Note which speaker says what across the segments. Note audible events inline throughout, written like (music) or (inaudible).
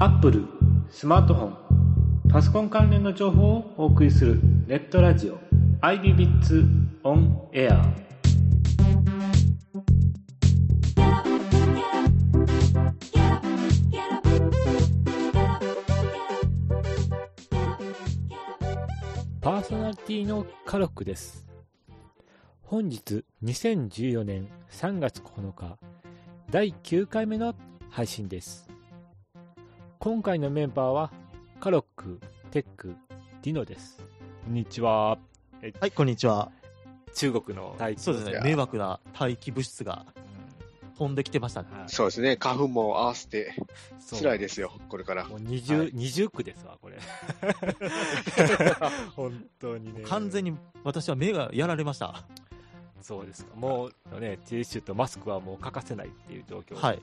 Speaker 1: Apple、スマートフォン、パソコン関連の情報をお送りするネットラジオ iBibits on Air。
Speaker 2: パーソナリティのカロックです。本日2014年3月9日、第9回目の配信です。今回のメンバーは、カロック、テック、ディノです。
Speaker 3: こんにちは。
Speaker 4: はい、こんにちは。
Speaker 2: 中国の大。
Speaker 4: そうです
Speaker 5: い
Speaker 4: ね、
Speaker 5: や
Speaker 4: 迷惑な大気物質が飛んできてましたね。
Speaker 5: そうですね、花粉も合わせて、辛いですすよ、これから
Speaker 2: も。う20、
Speaker 5: はい
Speaker 2: 20区ですわ、これ。本当にね。
Speaker 4: 完全。に私は目がやられました。
Speaker 2: そうですか。もうね、ティッシュとマスクはもう欠かせないっていう状況。
Speaker 4: はい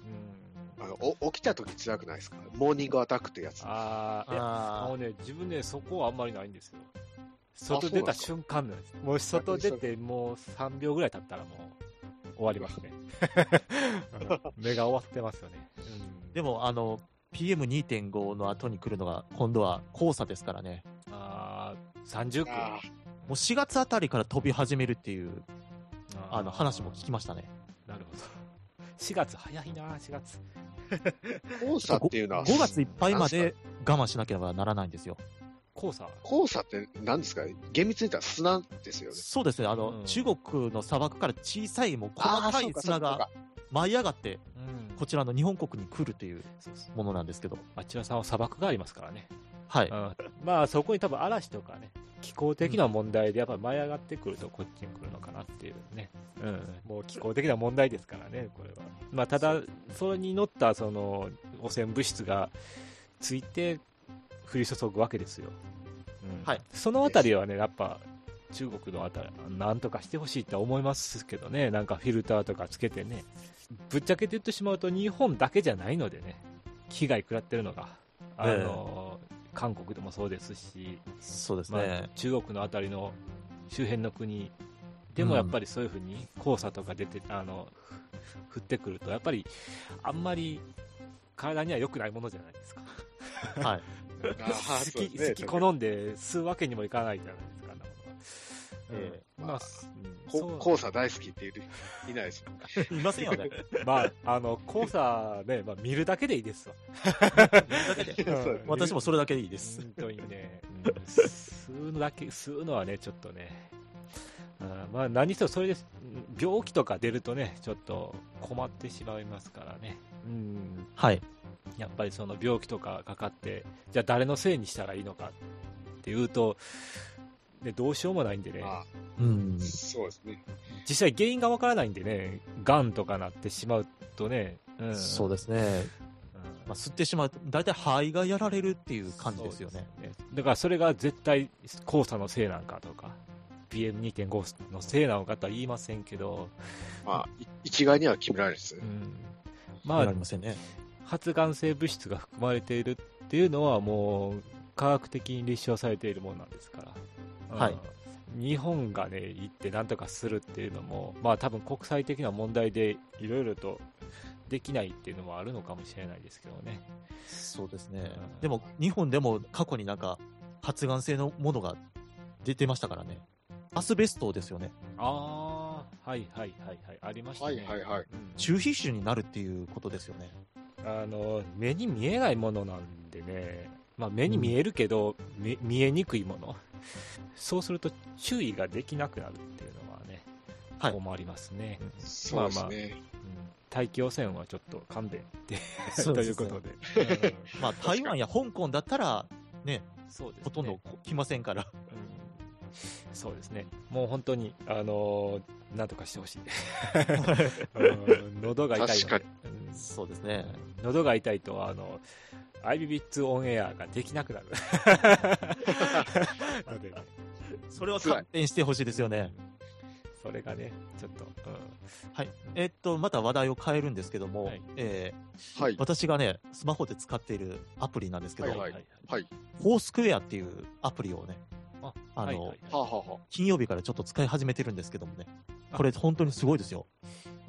Speaker 2: うん。
Speaker 5: あのお起きた時辛くないですかモーニングアタックってやつ。
Speaker 2: あーいやあ
Speaker 4: あ
Speaker 2: のね、自分ね、そこはあんまりないんですよ。外出た瞬間なんです。もう外出て、もう3秒ぐらい経ったらもう終わりますね。うん (laughs) 目が終わってますよね。
Speaker 4: ーでも、あの、PM2.5 の後に来るのが、今度は黄砂ですからね。
Speaker 2: うん、あー30区
Speaker 5: あ
Speaker 4: もう4月あたりから飛び始めるっていう、あの、話も聞きましたね。
Speaker 2: なるほど。4月早いな、4月。
Speaker 5: ー黄砂っていうのは、
Speaker 4: 5月いっぱいまで我慢しなければならないんですよ。
Speaker 2: 黄砂。
Speaker 5: 黄砂って何ですか厳密に言ったら砂ですよね。
Speaker 4: そうですね、あの、
Speaker 2: うん
Speaker 4: 中国の砂漠から小さい、もう細かい砂が舞い上がって、
Speaker 2: うん
Speaker 4: こちらの日本国に来るという
Speaker 2: そうそう
Speaker 4: ものなんですけど。
Speaker 2: あちらさんは砂漠がありますからね。
Speaker 4: はい。
Speaker 2: うんまあそこに多分嵐とかね、気候的な問題でやっぱ舞い上がってくるとこっちに来るのかなっていうね。うん。もう気候的な問題ですからね、これは。まあただ、それに乗ったその汚染物質がついて降り注ぐわけですよ。うん
Speaker 4: はい。
Speaker 2: そのあたりはね、やっぱ中国のあたり、なんとかしてほしいとは思いますけどね、なんかフィルターとかつけてね。ぶっちゃけて言ってしまうと日本だけじゃないのでね、被害食らってるのが。あの、韓国でもそうですし、
Speaker 4: そうです
Speaker 2: まあ
Speaker 4: ね。
Speaker 2: 中国のあたりの周辺の国でもやっぱりそういうふうに黄砂とか出て、あのふ降ってくると、やっぱりあんまり体には良くないものじゃないですか。
Speaker 4: (laughs) はい。
Speaker 5: あーそう
Speaker 2: (laughs)
Speaker 5: です
Speaker 2: 好き、
Speaker 5: ね
Speaker 2: 好き好んで吸うわけにもいかないじゃないですか、あんなものは。うん
Speaker 4: え
Speaker 2: まあ、すうん
Speaker 5: こ
Speaker 2: そう
Speaker 5: 黄砂大好きっているいないです。
Speaker 4: いませんよね。
Speaker 2: まあ、あの、黄砂ね、まあ見るだけでいいですわ。
Speaker 5: そうですね
Speaker 4: (laughs) 私もそれだけでいいです。
Speaker 2: 本当にね、うん吸うのだけ、吸うのはね、ちょっとね、あーまあ、何しろそれです、うん病気とか出るとね、ちょっと困ってしまいますからね、うん、
Speaker 4: はい。
Speaker 2: やっぱりその病気とかかかって、じゃあ誰のせいにしたらいいのかっていうと、ね、どうしようもないんでね、
Speaker 5: あ
Speaker 4: うん
Speaker 5: ー。そうですね。
Speaker 2: 実際原因がわからないんでね、がんとかなってしまうとね、うん、
Speaker 4: そうですね。
Speaker 2: うん
Speaker 4: まあ、吸ってしまうと、大体肺がやられるっていう感じですよね。
Speaker 2: そうですよねだからそれが絶対黄砂のせいなんかとか BM2.5 のせいなのかとは言いませんけど、
Speaker 5: まあ、い一概には決められないです
Speaker 2: う。んま
Speaker 4: まあ、
Speaker 2: あ
Speaker 4: りませんね。
Speaker 2: 発がん性物質が含まれているっていうのはもう科学的に立証されているものなんですから、
Speaker 4: はい
Speaker 2: うん日本がね行ってなんとかするっていうのもまあ多分国際的な問題でいろいろとできないっていうのもあるのかもしれないですけどね
Speaker 4: そうですね
Speaker 2: うん。
Speaker 4: でも、日本でも過去になんか、発がん性のものが出てましたからね。アスベストですよね。
Speaker 2: ああはいはいはいはいありました
Speaker 5: は
Speaker 2: ね
Speaker 5: いはいはい。
Speaker 2: うん
Speaker 4: 中皮腫になるっていうことですよね。
Speaker 2: あの目に見えないものなんでね、まあ、目に見えるけど、み見えにくいものそうすると注意ができなくなるっていうのはね、
Speaker 4: はい
Speaker 2: 困りますね、
Speaker 5: そうですね。
Speaker 2: うん大気汚染はちょっと勘弁って
Speaker 4: (laughs) そう
Speaker 2: と
Speaker 4: で
Speaker 2: い
Speaker 4: す
Speaker 2: う
Speaker 4: ね
Speaker 2: ことで、うん
Speaker 4: まあ、台湾や香港だったら、ね、
Speaker 2: そうですね
Speaker 4: ほとんど来ませんから。
Speaker 2: うんそうですねもう本当にあのーなんとかしてほし
Speaker 4: (laughs)
Speaker 2: い、うん喉が痛いので
Speaker 5: 確
Speaker 2: うん
Speaker 4: そうですね。
Speaker 2: 喉が痛いと、あの、アイビビッツオンエアができなく (laughs) なる。のでね
Speaker 4: それは勘弁してほしいですよね。
Speaker 2: それがね、ちょっと、
Speaker 4: はい。えっと、また話題を変えるんですけども、
Speaker 2: はい
Speaker 4: え
Speaker 5: はい
Speaker 4: ー。私がね、スマホで使っているアプリなんですけど、
Speaker 5: はいはいはい。
Speaker 4: フォースクエアっていうアプリをね、
Speaker 2: あ
Speaker 4: あの、
Speaker 5: はあ、はあはあ
Speaker 4: 金曜日からちょっと使い始めてるんですけどもね、
Speaker 2: あ
Speaker 4: これ本当にすごいです
Speaker 2: (laughs)
Speaker 4: よ。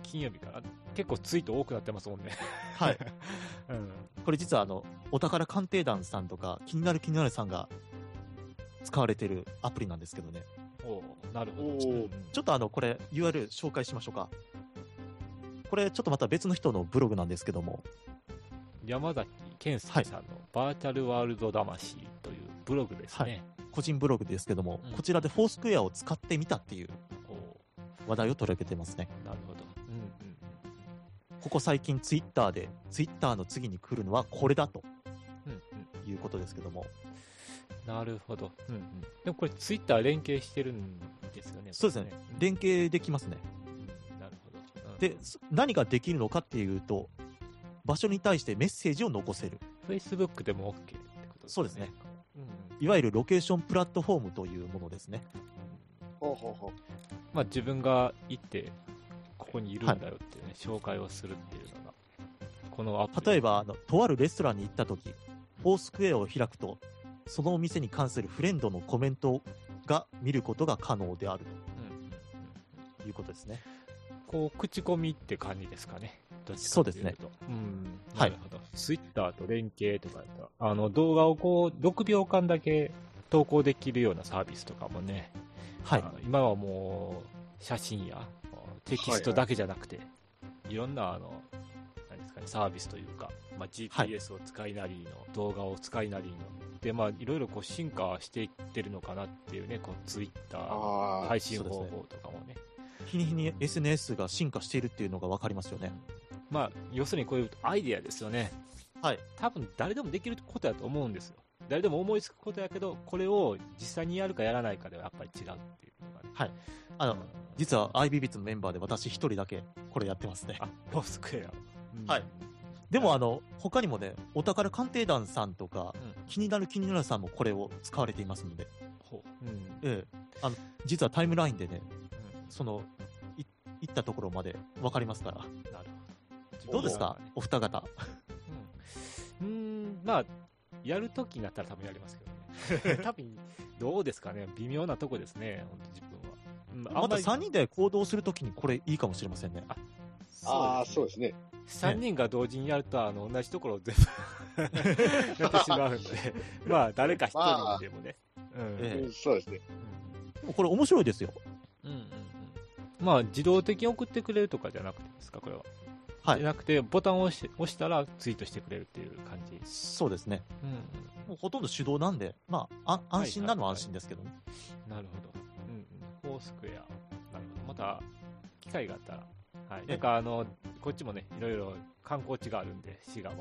Speaker 2: 金曜日から結構ツイート多くなってますもんね。
Speaker 4: はい。
Speaker 2: うん
Speaker 4: これ実はあの、お宝鑑定団さんとか、気になる気になるさんが使われてるアプリなんですけどね。
Speaker 2: おーなるほど
Speaker 5: お
Speaker 2: う
Speaker 5: ー
Speaker 2: ん
Speaker 4: ちょっとあの、これ URL 紹介しましょうか。これちょっとまた別の人のブログなんですけども、
Speaker 2: 山崎健介さんのバーチャルワールド魂というブログですね。
Speaker 4: 個人ブログですけども、
Speaker 2: うん
Speaker 4: こちらでフォースクエアを使ってみたっていう
Speaker 2: お
Speaker 4: 話題を取り上げてますね。
Speaker 2: ーなるほど。うんうん
Speaker 4: ここ最近ツイッターで、ツイッターの次に来るのはこれだと
Speaker 2: うんうん
Speaker 4: いうことですけども、
Speaker 2: なるほど。うんうん、でもこれ、ツイッター連携してるんですよね。
Speaker 4: そうですね
Speaker 2: これ
Speaker 4: 連携できますね。
Speaker 2: うんなるほど。うん
Speaker 4: で、そ何ができるのかっていうと、場所に対してメッセージを残せる。
Speaker 2: Facebook でも OK ってこと
Speaker 4: そうですね。
Speaker 2: うんうん
Speaker 4: いわゆるロケーションプラットフォームというものですね。
Speaker 5: ほうほうほ
Speaker 2: まあ、自分が行って、ここにいるんだよっていうね、紹介をするっていうのが、このアプリ
Speaker 4: 例えばあの、とあるレストランに行ったとき、フォースクエアを開くと、そのお店に関するフレンドのコメントが見ることが可能である
Speaker 2: うんうんうん
Speaker 4: ということですね。
Speaker 2: こう、口コミって感じですかね。どっち
Speaker 4: そ
Speaker 2: かと
Speaker 4: うで
Speaker 2: い
Speaker 4: すね
Speaker 2: と。うん。
Speaker 4: は
Speaker 2: ないるほど。ツイッターと連携とかやったらあの、動画をこう、6秒間だけ投稿できるようなサービスとかもね、
Speaker 4: はい
Speaker 2: あ。の今はもう、写真や、テキストだけじゃなくて、いろんな、あの、何ですかね、サービスというか、まあ、
Speaker 4: はい
Speaker 2: GPS を使いなりの、動画を使いなりの、で、まあ、いろいろこう進化していってるのかなっていうね、こう、ツイッタ
Speaker 5: う。
Speaker 2: ー、
Speaker 5: ああ。
Speaker 2: 配信
Speaker 4: そうです
Speaker 2: 方
Speaker 4: ね
Speaker 2: 法とかもね、
Speaker 4: 日に日に SNS が進化しているっていうのが分かりますよね。
Speaker 2: まあ、要するにこういうアイデアですよね。
Speaker 4: はい。
Speaker 2: 多分誰でもできることだと思うんですよ。誰でも思いつくことやけど、これを実際にやるかやらないかではやっぱり違うっていうのがね。
Speaker 4: はい。あの、実は IBBITS のメンバーで私一人だけこれやってますね。
Speaker 2: あ、フォースクエアを。うん
Speaker 4: はい。でもあの、他にもね、お宝鑑定団さんとか、
Speaker 2: うん
Speaker 4: 気になる気になるさんもこれを使われていますので、
Speaker 2: ほう。うん。
Speaker 4: ええ、あの実はタイムラインでね、その、い行ったところまで分かりますから。
Speaker 2: うんなるほど。
Speaker 4: どうですかお二方。
Speaker 2: うん。うん、まあ、やるときになったら多分やりますけど
Speaker 4: (laughs)
Speaker 2: ね。多分、どうですかね。微妙なとこですね、本当自分は。うん、あ
Speaker 4: ま
Speaker 2: ん
Speaker 4: た
Speaker 2: り
Speaker 4: 3人で行動するときにこれいいかもしれませんね。
Speaker 2: あ
Speaker 5: ああ、そうですね。
Speaker 2: 3人が同時にやると、あの、同じところを全部 (laughs) やってしまうんで、
Speaker 4: (laughs)
Speaker 2: まあ、誰か一人でもね。うん
Speaker 4: ええ
Speaker 5: うんそうですね。
Speaker 4: でもこれ面白いですよ。
Speaker 2: うんうんうんまあ、自動的に送ってくれるとかじゃなくてですか、これは。
Speaker 4: はい
Speaker 2: じゃなくて、ボタンを押し押したらツイートしてくれるっていう感じ。
Speaker 4: そうですね。
Speaker 2: うん
Speaker 4: もうほとんど手動なんで、まあ、あ安心なのは安心ですけどね。
Speaker 2: うん、なるほど。うんうん、フォースクエア。なるほど。また、機会があったら。はい。
Speaker 4: え
Speaker 2: なんか、あの、こっちもね、いろいろ観光地があるんで、滋賀は。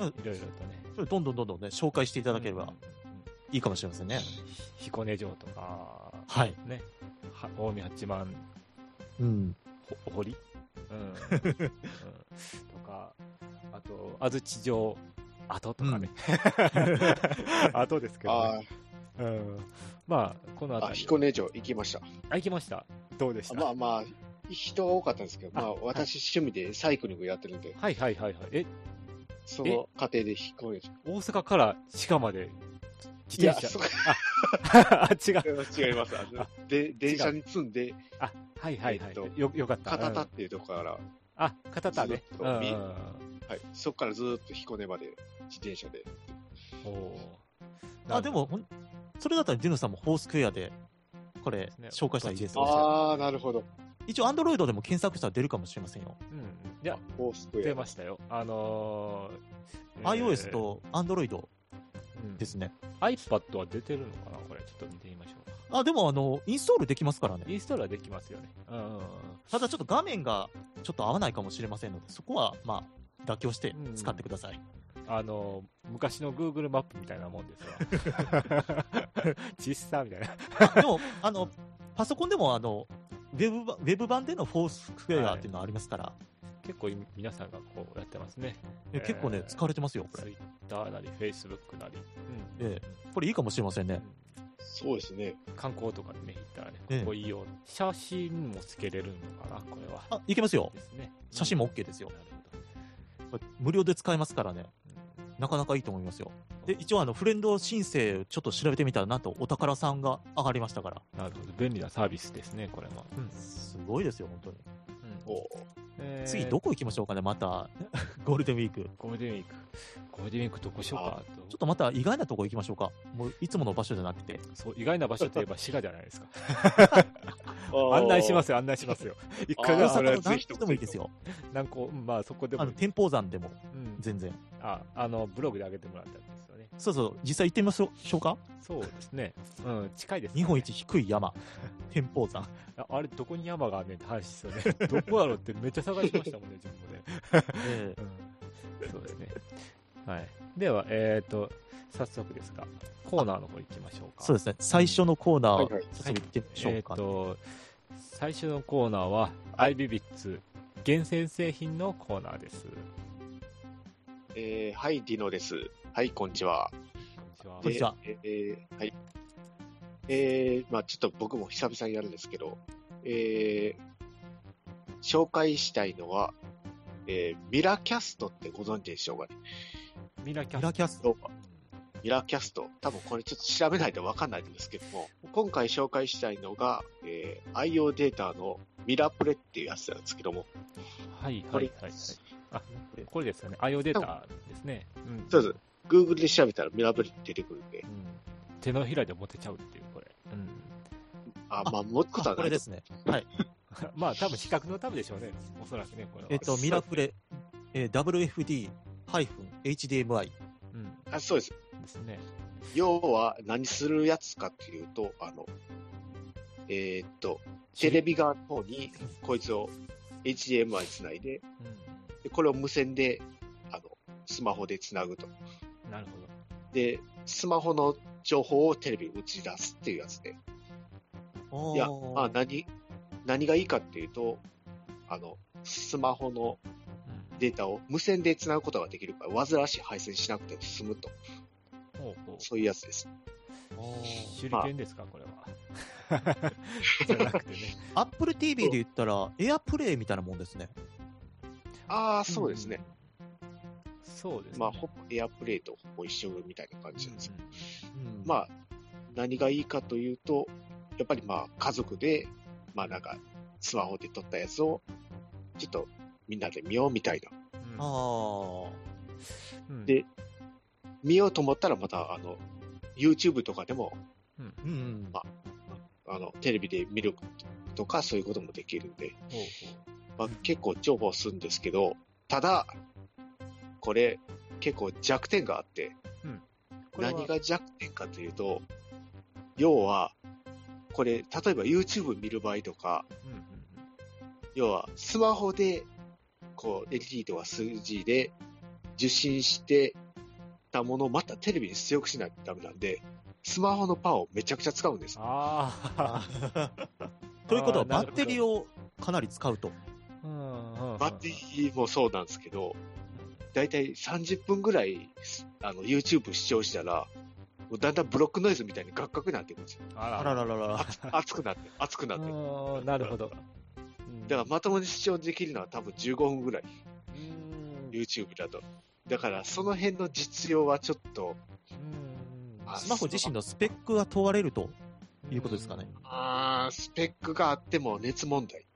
Speaker 4: うん
Speaker 2: いろいろとね。
Speaker 4: それどんどんどんどんね、紹介していた
Speaker 2: い
Speaker 4: だければいいかもしれませんね。
Speaker 2: 彦根城とか、
Speaker 4: はい。
Speaker 2: ね、は近江八幡
Speaker 4: うん。
Speaker 2: ほお堀、 (laughs) うんうんとか、あと、安土城跡とかね、 (laughs) 跡ですけど、ね
Speaker 5: あ
Speaker 2: うん、まあ、この
Speaker 5: あ、あ
Speaker 2: 辺り
Speaker 5: 彦根城行きました。
Speaker 2: あ行きました、どうでした、
Speaker 5: まあまあ、人は多かったんですけど、ま
Speaker 2: あ
Speaker 5: あ私趣味でサイクリングやってるんで、
Speaker 2: はいはいはいはい、え
Speaker 5: その過程で彦根城。
Speaker 2: 大阪から滋賀まで自
Speaker 5: いや、
Speaker 2: 転車 (laughs)
Speaker 5: そ、
Speaker 2: あ違う、
Speaker 5: 違います。あので、電車に積んで、
Speaker 2: あはいはいはい、
Speaker 5: えっと
Speaker 2: よよかった、
Speaker 5: 片田
Speaker 2: う
Speaker 5: っ
Speaker 2: ん
Speaker 5: ていうところから、
Speaker 2: あ片田ね
Speaker 5: ずっ、
Speaker 2: う
Speaker 5: と
Speaker 2: んうん
Speaker 5: 見
Speaker 2: うん
Speaker 5: はい、そこからずーっと彦根まで自転車で。
Speaker 2: おー
Speaker 4: あ、でも、ほんそれだったらデュヌさんもフォースクエアで、これ、
Speaker 2: ね
Speaker 4: 紹介したらいいです
Speaker 2: そう
Speaker 4: よ。
Speaker 5: ああ、なるほど。
Speaker 4: 一応、アンドロイドでも検索したら出るかもしれませんよ。
Speaker 2: うん、いや、
Speaker 5: フォースクエ
Speaker 2: 出
Speaker 5: ア。
Speaker 2: ましたよ、あのー
Speaker 4: iOS、とアンドロイ
Speaker 2: え
Speaker 4: ド
Speaker 2: ーうん
Speaker 4: ですね。
Speaker 2: iPad は出てるのかなこれ、ちょっと見てみましょうか。
Speaker 4: あ、でも、あの、インストールできますから
Speaker 2: イ
Speaker 4: ね。
Speaker 2: ンストールはできますよね。うんうんうん。
Speaker 4: ただ、ちょっと画面がちょっと合わないかもしれませんので、そこは、まあ、妥協して
Speaker 2: うん
Speaker 4: 使ってください。
Speaker 2: あの、昔の Google マップみたいなもんです (laughs) わ。実さみたいな。
Speaker 4: でも、あの、パソコンでも、あの、ウェブばウェブ版でのフォースクエアっていうのはありますから、
Speaker 2: 結構今皆さんがこうやってますね。
Speaker 4: え結構ね、使われてますよ、これ。
Speaker 2: Twitter なり Facebook なり。うん
Speaker 4: えこれいいかもしれません
Speaker 2: う
Speaker 4: ね。
Speaker 2: ん
Speaker 5: そうですね。
Speaker 2: 観光とかでね、行ったらね、
Speaker 4: ええ
Speaker 2: ここいいよ。写真もつけれるのかなこれは。
Speaker 4: あ、いけますよ
Speaker 2: で。すね。
Speaker 4: 写真も
Speaker 2: うん
Speaker 4: OK ですよ
Speaker 2: なるほど
Speaker 4: これ無料で使えますからね、
Speaker 2: うん
Speaker 4: なかなかいいと思いますよ。で、一応、あの、フレンド申請、ちょっと調べてみたら、なんとお宝さんが上がりましたから。
Speaker 2: なるほど。便利なサービスですね、これも。うん
Speaker 4: すごいですよ、本当に。
Speaker 5: おー
Speaker 2: えー
Speaker 4: 次どこ行きましょうかね、また。 (laughs) ゴールデンウィーク。
Speaker 2: ゴールデンウィーク。ゴールデンウィークどこしようかと。
Speaker 4: ちょっとまた意外なとこ行きましょうか。もういつもの場所じゃなくて。
Speaker 2: そう、意外な場所といえば滋賀じゃないですか。
Speaker 5: あ。
Speaker 2: 案内しますすよ、案内し (laughs) ますよ。一
Speaker 5: あ
Speaker 2: 回
Speaker 5: ー
Speaker 4: 大
Speaker 2: だ
Speaker 5: そ
Speaker 2: か
Speaker 5: れ
Speaker 2: ら
Speaker 5: は
Speaker 4: 阪
Speaker 2: 俺
Speaker 4: の、南京でもいいですよ。
Speaker 2: なんか、うんまあそこでも
Speaker 4: あの、天保山でも
Speaker 2: うん
Speaker 4: 全然。
Speaker 2: あ、あの、ブログで上げてもらったんですよね。
Speaker 4: そうそう、実際行ってみましょうか。
Speaker 2: そうですね。うん、近いです、
Speaker 4: 日本一低
Speaker 5: (laughs)
Speaker 4: い山、天保山。
Speaker 2: ああれ、どこに山があんねんって話ですよね。 (laughs) どこやろってめっちゃ探しましたもんね、自分もね。
Speaker 4: ええ
Speaker 2: うんそうですね。はい。では、えっ、ー、と、早速ですが、コーナーの方行きましょうか。
Speaker 4: そうですね、最初のコーナー、
Speaker 5: はいはい
Speaker 4: 早速行ってみましょ
Speaker 2: え
Speaker 4: う
Speaker 2: っ、
Speaker 4: か。
Speaker 2: と、最初のコーナーは、アイビビッツ厳選製品のコーナーです。こ
Speaker 5: えーはい、ディノです。はい、こんにちは。
Speaker 2: んにちは
Speaker 4: こんにちは
Speaker 5: でえーはい。えーまあちょっと僕も久々になるんですけど、えー紹介したいのは、えーミラキャストってご存知でしょうかね。
Speaker 2: ミラキ
Speaker 4: ミラキャスト
Speaker 5: どうかミラキャスト。多分これちょっと調べないとわかんないんですけども、今回紹介したいのが、えー IO データのミラプレっていうやつなんですけども、
Speaker 2: はい
Speaker 5: こ
Speaker 2: は
Speaker 5: れ
Speaker 2: いはい。あ、これですよね。IO データですね。うん。
Speaker 5: そうです。Google で調べたらミラプレって出てくるんで
Speaker 2: う、ん。手のひらで持てちゃうっていう、これ。うん。 (laughs)
Speaker 5: あ、まあ、持つこと
Speaker 4: あ
Speaker 5: は
Speaker 4: こ
Speaker 5: な
Speaker 4: れ
Speaker 5: い
Speaker 4: で
Speaker 5: です
Speaker 4: ね。はい。
Speaker 2: まあ、多分比較のためでしょうね。おそらくね、これは。
Speaker 4: えっと、ミラプレ、えー WFD-HDMI。
Speaker 2: うん。
Speaker 5: あそうです。
Speaker 2: ですね。
Speaker 5: 要は何するやつかっていうと、あの、えーっと、テレビ側の方にこいつを HDMI つないで、
Speaker 2: う
Speaker 5: でこれを無線で、あの、スマホでつなぐと。
Speaker 2: ん。なるほど。
Speaker 5: で、スマホの情報をテレビに打ち出すっていうやつで。いや、まあ
Speaker 4: あ
Speaker 5: 何、何がいいかっていうと、あの、スマホの
Speaker 2: うん
Speaker 5: データを無線でつなぐことができるから、煩わしい配線しなくて済むと。
Speaker 2: ほうほう
Speaker 5: そういうやつです。
Speaker 2: 手裏剣ですか、これは。 (laughs) じゃなくてね。
Speaker 4: アップル TV で言ったら、エアプレイみたいなもんですね。
Speaker 5: ああ、そうですね。
Speaker 2: うん。そうですね。
Speaker 5: まあ、ほぼエアプレイとほぼ一緒みたいな感じなんですよ
Speaker 4: うん
Speaker 5: まあ、何がいいかというと、やっぱりまあ、家族で、まあなんか、スマホで撮ったやつを、ちょっとみんなで見ようみたいな。
Speaker 4: あー
Speaker 2: うん
Speaker 5: で見ようと思ったらまた、あの、YouTube とかでも、
Speaker 4: うん。
Speaker 5: まあの、テレビで見るとか、そういうこともできるんで、
Speaker 2: ほう
Speaker 5: まあ、結構重宝するんですけど、ただ、これ、結構弱点があって、
Speaker 2: ほう
Speaker 5: 何が弱点かというと、要は、これ、例えば YouTube 見る場合とか、
Speaker 2: うんうん
Speaker 5: 要はスマホでこう LED とか数字で受信してたものをまたテレビに出力しないとダメなんでスマホのパワーをめちゃくちゃ使うんです
Speaker 2: あ
Speaker 4: (laughs) ということは、
Speaker 2: あーなるほど
Speaker 4: バッテリーをかなり使うと。
Speaker 2: あ。うんうんうん
Speaker 5: バッテリーもそうなんですけどだいたい30分ぐらいあの YouTube 視聴したらもうだんだんブロックノイズみたいにガッガクになってくるんですよ
Speaker 2: あ
Speaker 4: あ
Speaker 2: ら
Speaker 4: ららららら。
Speaker 5: 熱熱くなって熱くなって
Speaker 2: うんなるほど。うん
Speaker 5: だからまともに視聴できるのは多分15分ぐらい
Speaker 2: うん
Speaker 5: YouTube だとだからその辺の実用はちょっと
Speaker 2: うん
Speaker 5: あ
Speaker 4: スマホ自身のスペックが問われると。いうことですかね
Speaker 5: あースペックがあっても熱問題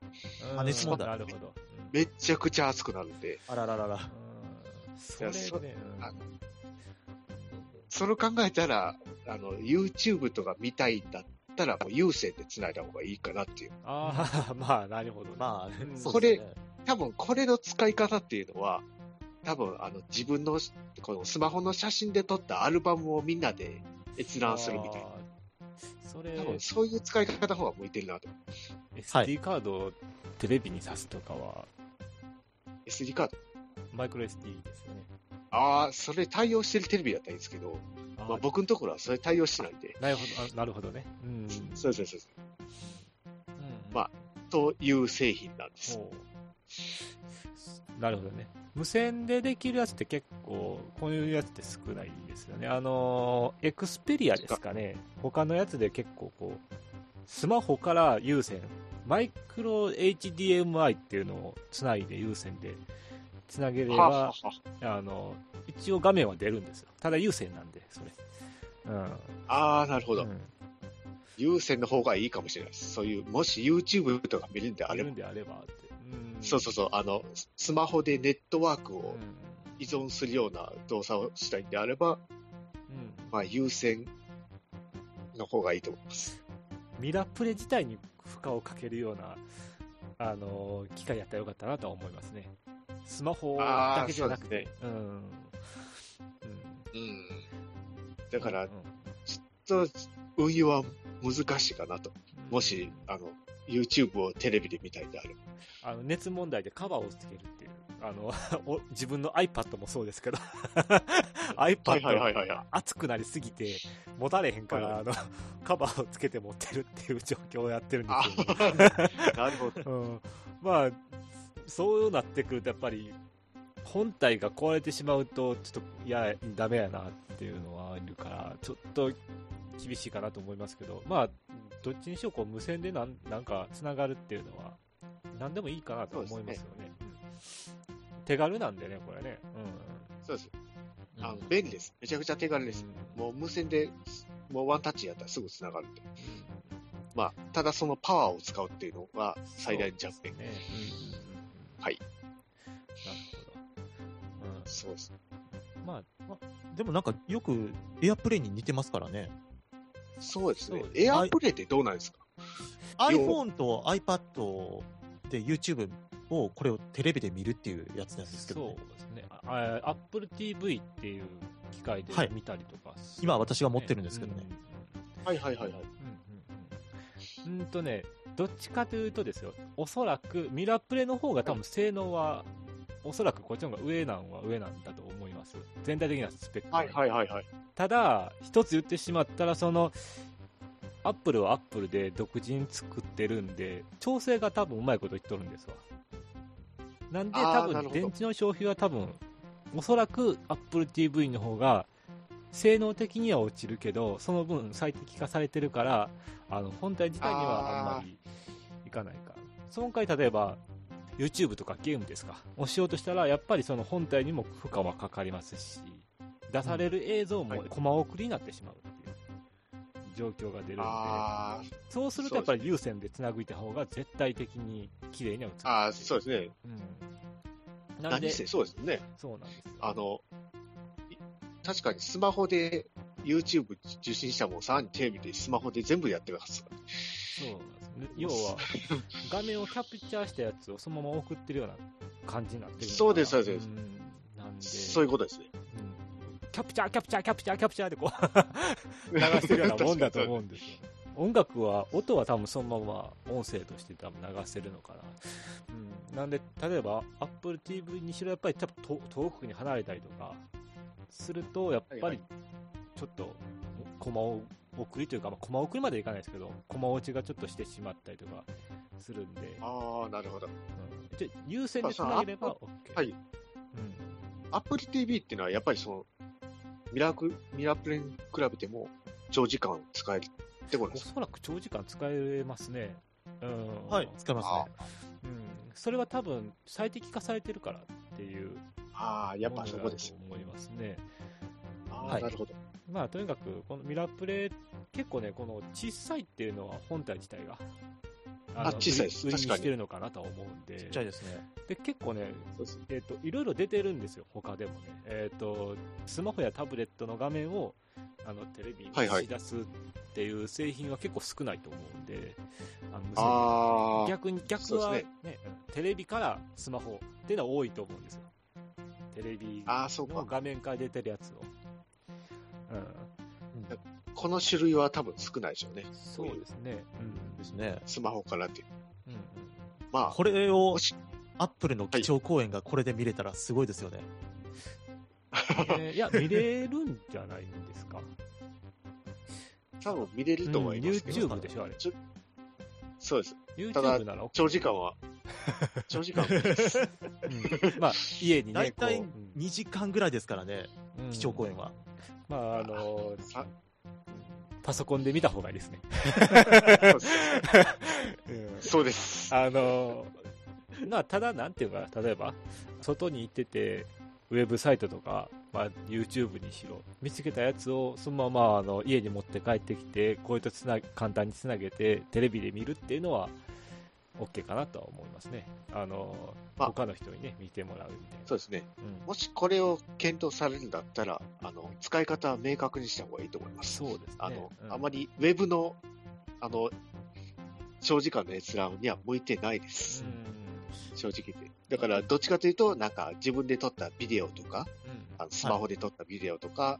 Speaker 2: うん
Speaker 4: あ熱問題
Speaker 2: なるほど。うん
Speaker 5: めちゃくちゃ熱くなるんで、
Speaker 4: あらららら。
Speaker 2: うんそ
Speaker 5: い
Speaker 2: れ
Speaker 5: やそ
Speaker 2: ね。うん
Speaker 5: あのそれを考えたら、あの、YouTube とか見たいんだったら、もう有線で繋いだ方がいいかなっていう。
Speaker 2: ああ、 (laughs) まあ、なるほどね。
Speaker 4: まあ、
Speaker 2: うん
Speaker 4: そうですね。
Speaker 5: 多分、これの使い方っていうのは、多分、あの、自分の、このスマホの写真で撮ったアルバムをみんなで閲覧するみたいな。
Speaker 2: あーそれ
Speaker 5: 多、分、そういう使い方の方が向いてるなと。
Speaker 2: SD カードをテレビに挿すとかは、
Speaker 5: SD カード。
Speaker 2: マイクロ SD ですよね。
Speaker 5: ああ、それ対応してるテレビだったらいいんですけど、
Speaker 2: あー
Speaker 5: まあ、僕のところはそれ対応してないんで。
Speaker 2: なるほど、あなるほどね。うん。
Speaker 5: そうそうそうそ
Speaker 2: うん
Speaker 5: まあう。という製品なんです。
Speaker 2: ほうなるほどね。無線でできるやつって結構、こういうやつって少ないですよね。あのーエクスペリアですかね。他のやつで結構こう、スマホから有線、マイクロ HDMI っていうのをつないで有線でつなげれ
Speaker 5: はあは
Speaker 2: ば、
Speaker 5: あは
Speaker 2: あのー一応画面は出るんですよ。ただ有線なんで、それ。うん。
Speaker 5: ああー、なるほど。
Speaker 2: うん
Speaker 5: 有線の方がいいかもしれないです。そういう、もし YouTube とか見るんであ
Speaker 2: あ
Speaker 5: れ
Speaker 2: る
Speaker 5: ば
Speaker 2: ん、であればって。うん
Speaker 5: そうそう
Speaker 2: う
Speaker 5: そう、あの、ススマホでネットワーク
Speaker 2: ん。
Speaker 5: を依存するような動作をしたいんであれば、
Speaker 2: うん
Speaker 5: まあ、優先の方がいいと思います。
Speaker 2: ミラプレ自体に負荷をかけるような、あのー機械やったらよかったなとは思いますね。スマホだけじゃなくて。うんうん
Speaker 5: うん。だから
Speaker 2: うん、
Speaker 5: ちょっと運用は難しいかなと。もし、あの、YouTube をテレビで見たいんであれば。
Speaker 2: あの熱問題でカバーをつけるっていうあの (laughs) お自分の iPad もそうです
Speaker 5: (laughs)
Speaker 2: けど
Speaker 5: はいはいは
Speaker 2: iPad
Speaker 5: いはいは
Speaker 2: 熱くなりすぎて持たれへんから、
Speaker 5: は
Speaker 2: あのカバーをつけて持ってるっていう状況をやって
Speaker 5: (laughs)
Speaker 2: るんですよ、ね、
Speaker 5: い。なるほど。
Speaker 2: うんまあ、そうなってくると、やっぱり、本体が壊れてしまうと、ちょっと、いや、ダメやなっていうのはあるから、ちょっと厳しいかなと思いますけど、まあ、どっちにしろこう無線でなんなんかつながるっていうのは、なんでもいいかなと思いますよね。うん手軽なんでね、これね。
Speaker 5: そうです。
Speaker 2: うん、
Speaker 5: あの、便利です。めちゃくちゃ手軽です。
Speaker 2: うん
Speaker 5: もう無線で、もうワンタッチやったらすぐ繋がるんで。まあ、ただそのパワーを使うっていうのが最大の弱点。
Speaker 2: ね。うん
Speaker 5: はい。
Speaker 2: なるほど。うん
Speaker 5: そうです。
Speaker 2: まあ、
Speaker 4: でもなんかよくエアプレイに似てますからね。
Speaker 5: そうですね
Speaker 2: そう。です
Speaker 5: エアプレイってどうなんですか
Speaker 4: iPhone と iPad で YouTube をこれをテレビで見るっていうやつなんですけどね、
Speaker 2: そうですね。ああ Apple TV っていう機械で
Speaker 4: はい
Speaker 2: 見たりとかする、
Speaker 4: 今私が持ってるんですけどね。
Speaker 5: はいはいはいはい。
Speaker 2: うん。うんうんうんうんとね、どっちかというとですよ、おそらくミラプレの方が多分性能は、おそらくこっちの方が上なんは上なんだと思います。全体的なスペックは
Speaker 5: はいはいはいはい。
Speaker 2: ただ、一つ言ってしまったら、その、アップルはアップルで独自に作ってるんで、調整が多分うまいこと言っとるんですわ。なんで
Speaker 5: あー
Speaker 2: 多
Speaker 5: なる
Speaker 2: 分
Speaker 5: ほど
Speaker 2: 電池の消費は多分、おそらくアップル TV の方が、性能的には落ちるけど、その分最適化されてるから、あの、本体自体にはあんまりいかないか。その回例えば、YouTube とかゲームですか、をしようとしたら、やっぱりその本体にも負荷はかかりますし、出される映像
Speaker 5: うん
Speaker 2: も
Speaker 5: はい
Speaker 2: コマ送りになってしまうっていう状況が出るんで、
Speaker 5: あー
Speaker 2: そうするとやっぱり有線でつなぐいた方が絶対的に綺麗には映る。
Speaker 5: あー、そうですね。
Speaker 2: うん。なん
Speaker 5: 何
Speaker 2: で、
Speaker 5: せそうですね。
Speaker 2: そうなんですよ。
Speaker 5: あの、い確かにスマホで YouTube 受信したもん、さらにテレビでスマホで全部やってますから。
Speaker 2: そうなんです。要は、画面をキャプチャーしたやつをそのまま送ってるような感じになってるのかな
Speaker 5: そうですそうです。
Speaker 2: んなんで、
Speaker 5: そういうことですね。
Speaker 2: うんキャプチャー、キャプチャー、キャプチャー、キャプチャーでこう、流してるようなもんだと思うん (laughs) ですよ。音楽は、音は多分そのまま音声として多分流せるのかな。うん、なんで、例えば Apple TV にしろやっぱり多分と遠くに離れたりとかすると、やっぱ
Speaker 5: はい
Speaker 2: りちょっと、コマを送りというか、まあ、コマ送りまではいかないですけど、コマ落ちがちょっとしてしまったりとかするんで、
Speaker 5: (laughs) ああ、なるほど。
Speaker 2: うん、ちょ優先でつなげれば OK。
Speaker 5: はい。
Speaker 2: うん
Speaker 5: アップル TV っていうのはやっぱりその、ミラク、ミラプレに比べても長時間使えるってこと
Speaker 2: お
Speaker 5: です。
Speaker 2: そらく長時間使えますね。うん。
Speaker 4: はい、使いますね。
Speaker 2: うん。それは多分、最適化されてるからっていう。
Speaker 5: ああ、やっぱそこですよ。
Speaker 2: 思いますね。
Speaker 5: ああ、
Speaker 4: はい
Speaker 5: なるほど。
Speaker 2: まあ、とにかく、このミラープレイ、結構ね、この小さいっていうのは本体自体が。
Speaker 5: あ小さいです
Speaker 2: 売り売
Speaker 5: 確
Speaker 2: りに
Speaker 5: かに
Speaker 2: してるのかなとは思うんで。
Speaker 4: ちっちゃいですね。
Speaker 2: で、結構ね、
Speaker 5: そうです
Speaker 2: えっ、と、いろいろ出てるんですよ、他でもね。えっ、と、スマホやタブレットの画面を、あの、テレビに
Speaker 5: はいは
Speaker 2: 映
Speaker 5: い
Speaker 2: し出すっていう製品は結構少ないと思うんで、あの無線で
Speaker 5: ああ、
Speaker 2: 逆に、逆
Speaker 5: そうです
Speaker 2: は、
Speaker 5: ね
Speaker 2: ねうんテレビからスマホっていうのは多いと思うんですよ。テレビ
Speaker 5: ああ、そう
Speaker 2: の
Speaker 5: か。
Speaker 2: 画面から出てるやつを。うん、
Speaker 5: この種類は多分少ないでしょうね。
Speaker 2: そうですね。うん
Speaker 4: ですね。
Speaker 5: スマホからって。
Speaker 2: うん
Speaker 5: まあ、
Speaker 4: これを
Speaker 5: もし、
Speaker 4: アップルの基調講演がこれで見れたらすごいですよね。
Speaker 2: えーいや、見れるんじゃないんですか。
Speaker 5: 多分見れると思いますけど。
Speaker 2: うん YouTube でしょあれ
Speaker 5: ちょそうです。ただ
Speaker 2: YouTube なら OK
Speaker 5: 長時間 (laughs) は、長時間は無理です。
Speaker 2: うんまあ、家にね、
Speaker 4: 大体
Speaker 2: こう
Speaker 4: 2時間ぐらいですからね、
Speaker 2: うん
Speaker 4: 基調講演は。
Speaker 2: まあ、あの
Speaker 5: さ
Speaker 2: パソコンで見た方がいいですね。
Speaker 5: そうですそう
Speaker 2: (laughs) うん
Speaker 5: です。
Speaker 2: あのーまあ、ただ、なんていうかな、例えば、外に行ってて、ウェブサイトとか、まあ、YouTube にしろ、見つけたやつをそのままあの家に持って帰ってきて、こういったつな簡単につなげて、テレビで見るっていうのは、 OK かなとは思いますね。あの、
Speaker 5: まあ
Speaker 2: 他の人にね、見てもらうみたいな。
Speaker 5: そうですね。
Speaker 2: うん
Speaker 5: もしこれを検討されるんだったら、あの、使い方は明確にした方がいいと思います。
Speaker 2: そうですね。
Speaker 5: あの、
Speaker 2: うん
Speaker 5: あまりウェブの、あの、長時間の閲覧には向いてないです。正直言って。だから、どっちかというと、なんか自分で撮ったビデオとか、
Speaker 2: うんうん
Speaker 5: あのスマホで撮ったビデオとか、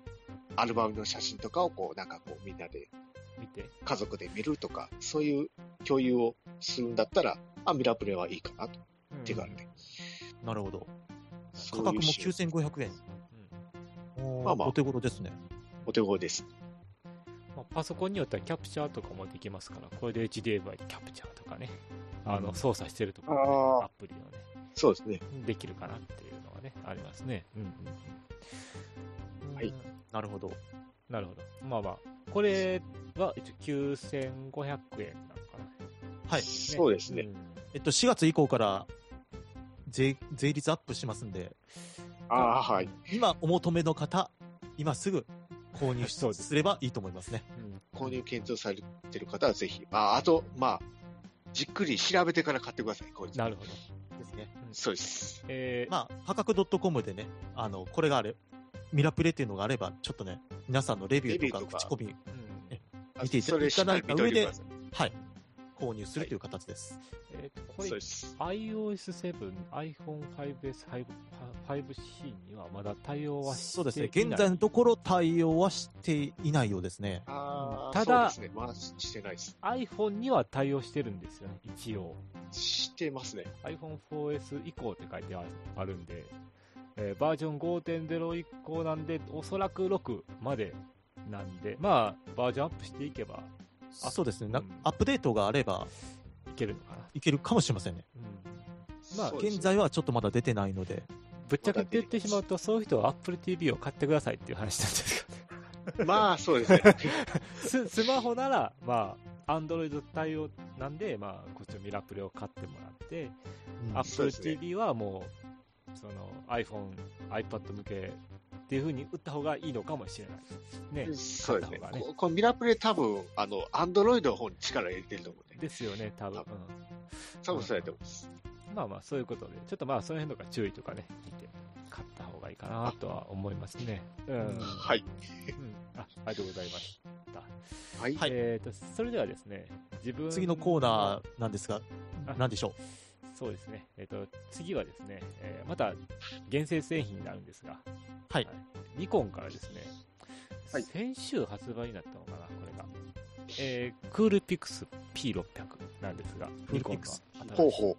Speaker 5: アルバムの写真とかをこう、なんかこう、みんなで、
Speaker 2: 見て。
Speaker 5: 家族で見るとか、そういう共有をするんだったら、アミラプレはいいかなと、手軽で。
Speaker 4: なるほど。
Speaker 5: そ
Speaker 4: 価
Speaker 5: ういう
Speaker 4: 格も
Speaker 5: 仕様
Speaker 4: 9500円。おー
Speaker 5: まあまあ
Speaker 4: お手頃ですね。
Speaker 5: お手頃です。
Speaker 2: まあ、パソコンによってはキャプチャーとかもできますから、これで HDMI キャプチャーとかね、あ
Speaker 4: う
Speaker 2: の
Speaker 4: ん
Speaker 2: 操作してるとか、
Speaker 5: あー
Speaker 2: アプリをね、
Speaker 5: そうですね。
Speaker 2: できるかなっていうのはね、ありますね。うんうんうん
Speaker 5: はい
Speaker 4: なるほど。
Speaker 2: なるほど。まあまあ、これは一応9500円なのかな。
Speaker 4: はい。
Speaker 5: そうですね。
Speaker 2: ん
Speaker 4: えっと、4月以降から税税率アップしますんで、
Speaker 5: ああー、はい。。
Speaker 4: 今お求めの方、今すぐ購入し
Speaker 2: そうです
Speaker 4: すればいいと思いますね。
Speaker 2: うん
Speaker 5: 購入検討されてる方はぜひ、まあ、あと、まあ、じっくり調べてから買ってください、これ
Speaker 2: なるほど。
Speaker 4: ですね。
Speaker 5: そうです。
Speaker 2: えー
Speaker 4: まあ、価格 .com でね、あの、これがあれ、ミラプレっていうのがあれば、ちょっとね、皆さんのレビューと
Speaker 5: レ
Speaker 4: か
Speaker 5: ビューと
Speaker 4: 口
Speaker 5: か
Speaker 4: コミ、
Speaker 2: うん
Speaker 4: え
Speaker 5: あ
Speaker 4: 見ていた
Speaker 5: それ
Speaker 4: いただいた
Speaker 5: 見て
Speaker 4: 上で
Speaker 5: おいてください
Speaker 4: はい、購入するという形です。
Speaker 2: えーとこれ
Speaker 5: そうです。
Speaker 2: iOS7、iPhone5S、5- 5C にはまだ対応はして
Speaker 4: そ
Speaker 2: いうな
Speaker 4: で
Speaker 2: い
Speaker 4: すね、現在のところ対応はしていないようですね。
Speaker 5: ああ、
Speaker 2: た
Speaker 5: そう
Speaker 2: だ
Speaker 5: ですね。まあ、してないです。
Speaker 2: iPhone には対応してるんですよね、一応。
Speaker 5: してますね。
Speaker 2: iPhone4S 以降って書いてああるんで、えーバージョン5.0以降なんで、おそらく6までなんで、まあ、バージョンアップしていけばあ
Speaker 4: そうですね、な
Speaker 2: うん
Speaker 4: アップデートがあれば
Speaker 2: いけるのかな。
Speaker 4: いけるかもしれませんね。
Speaker 2: うん、
Speaker 5: まあ、
Speaker 2: そう
Speaker 4: 現在はちょっとまだ出てないので、
Speaker 2: ぶっちゃけて言ってしまうと、そういう人は Apple TV を買ってくださいっていう話なんですけどね
Speaker 5: まあ、そうですね。
Speaker 2: (laughs) ススマホなら、まあ、Android 対応なんで、まあ、こっちのミラプレを買ってもらって、
Speaker 4: うん
Speaker 5: そうで
Speaker 2: Apple
Speaker 5: すね
Speaker 2: TV はもう、その iPhone、iPad 向けっていう風に打った方がいいのかもしれないで
Speaker 5: (laughs)
Speaker 2: すね。
Speaker 5: そうですね。
Speaker 2: 買った方がね
Speaker 5: ここのミラプレ多分、あの、アンドロイドの方に力入れてると思うんで。
Speaker 2: ですよね、多分。うん
Speaker 5: 多分そうやと思います。
Speaker 2: まあまあ、そういうことで、ちょっとまあ、その辺とか注意とかね、見て、買った方がいいかなとは思いますね。うん。
Speaker 5: はい。
Speaker 2: うんあ、ありがとうございました。
Speaker 5: はい。
Speaker 4: はい
Speaker 2: えっ、と、それではですね、自分
Speaker 4: 次のコーナーなんですが
Speaker 2: あ、
Speaker 4: 何でしょう
Speaker 2: そうですね。えっ、と、次はですね、えーまた、厳選製品になるんですが、
Speaker 4: はい。
Speaker 2: ニコンからですね、
Speaker 5: はい
Speaker 2: 先週発売になったのかな、これが。えー、クールピクス P600 なんですが、
Speaker 4: クールピクス
Speaker 2: ニコンの新しい
Speaker 5: ほうほう。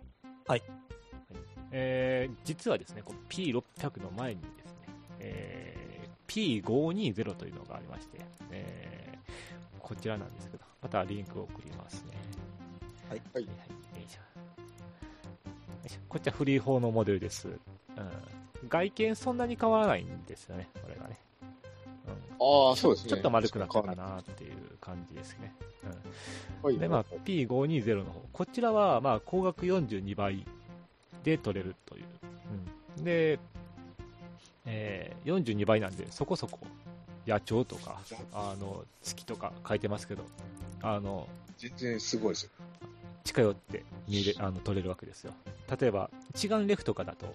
Speaker 2: えー実はですね、この P600 の前にですね、えー P520 というのがありまして、えーこちらなんですけど、またリンクを送りますね。
Speaker 4: はい
Speaker 5: はい
Speaker 2: はいよいしょよいしょこっちはフリー4のモデルです。うん、外見そんなに変わらないんですよね、これがね。うん
Speaker 5: ああ、
Speaker 2: ち
Speaker 5: そう
Speaker 2: ょ
Speaker 5: ですね。
Speaker 2: ちょっと丸くなった
Speaker 5: は
Speaker 2: かなっていう感じですね。
Speaker 5: い。
Speaker 2: で、まあ、P520 の方。こちらは、まあ、高額42倍で取れるという。うんで、えー42倍なんで、そこそこ、野鳥とか、あの、月とか書いてますけど、あの、
Speaker 5: 全然すごいですよ。
Speaker 2: 近寄って見れあの撮れるわけですよ。例えば、一眼レフとかだと、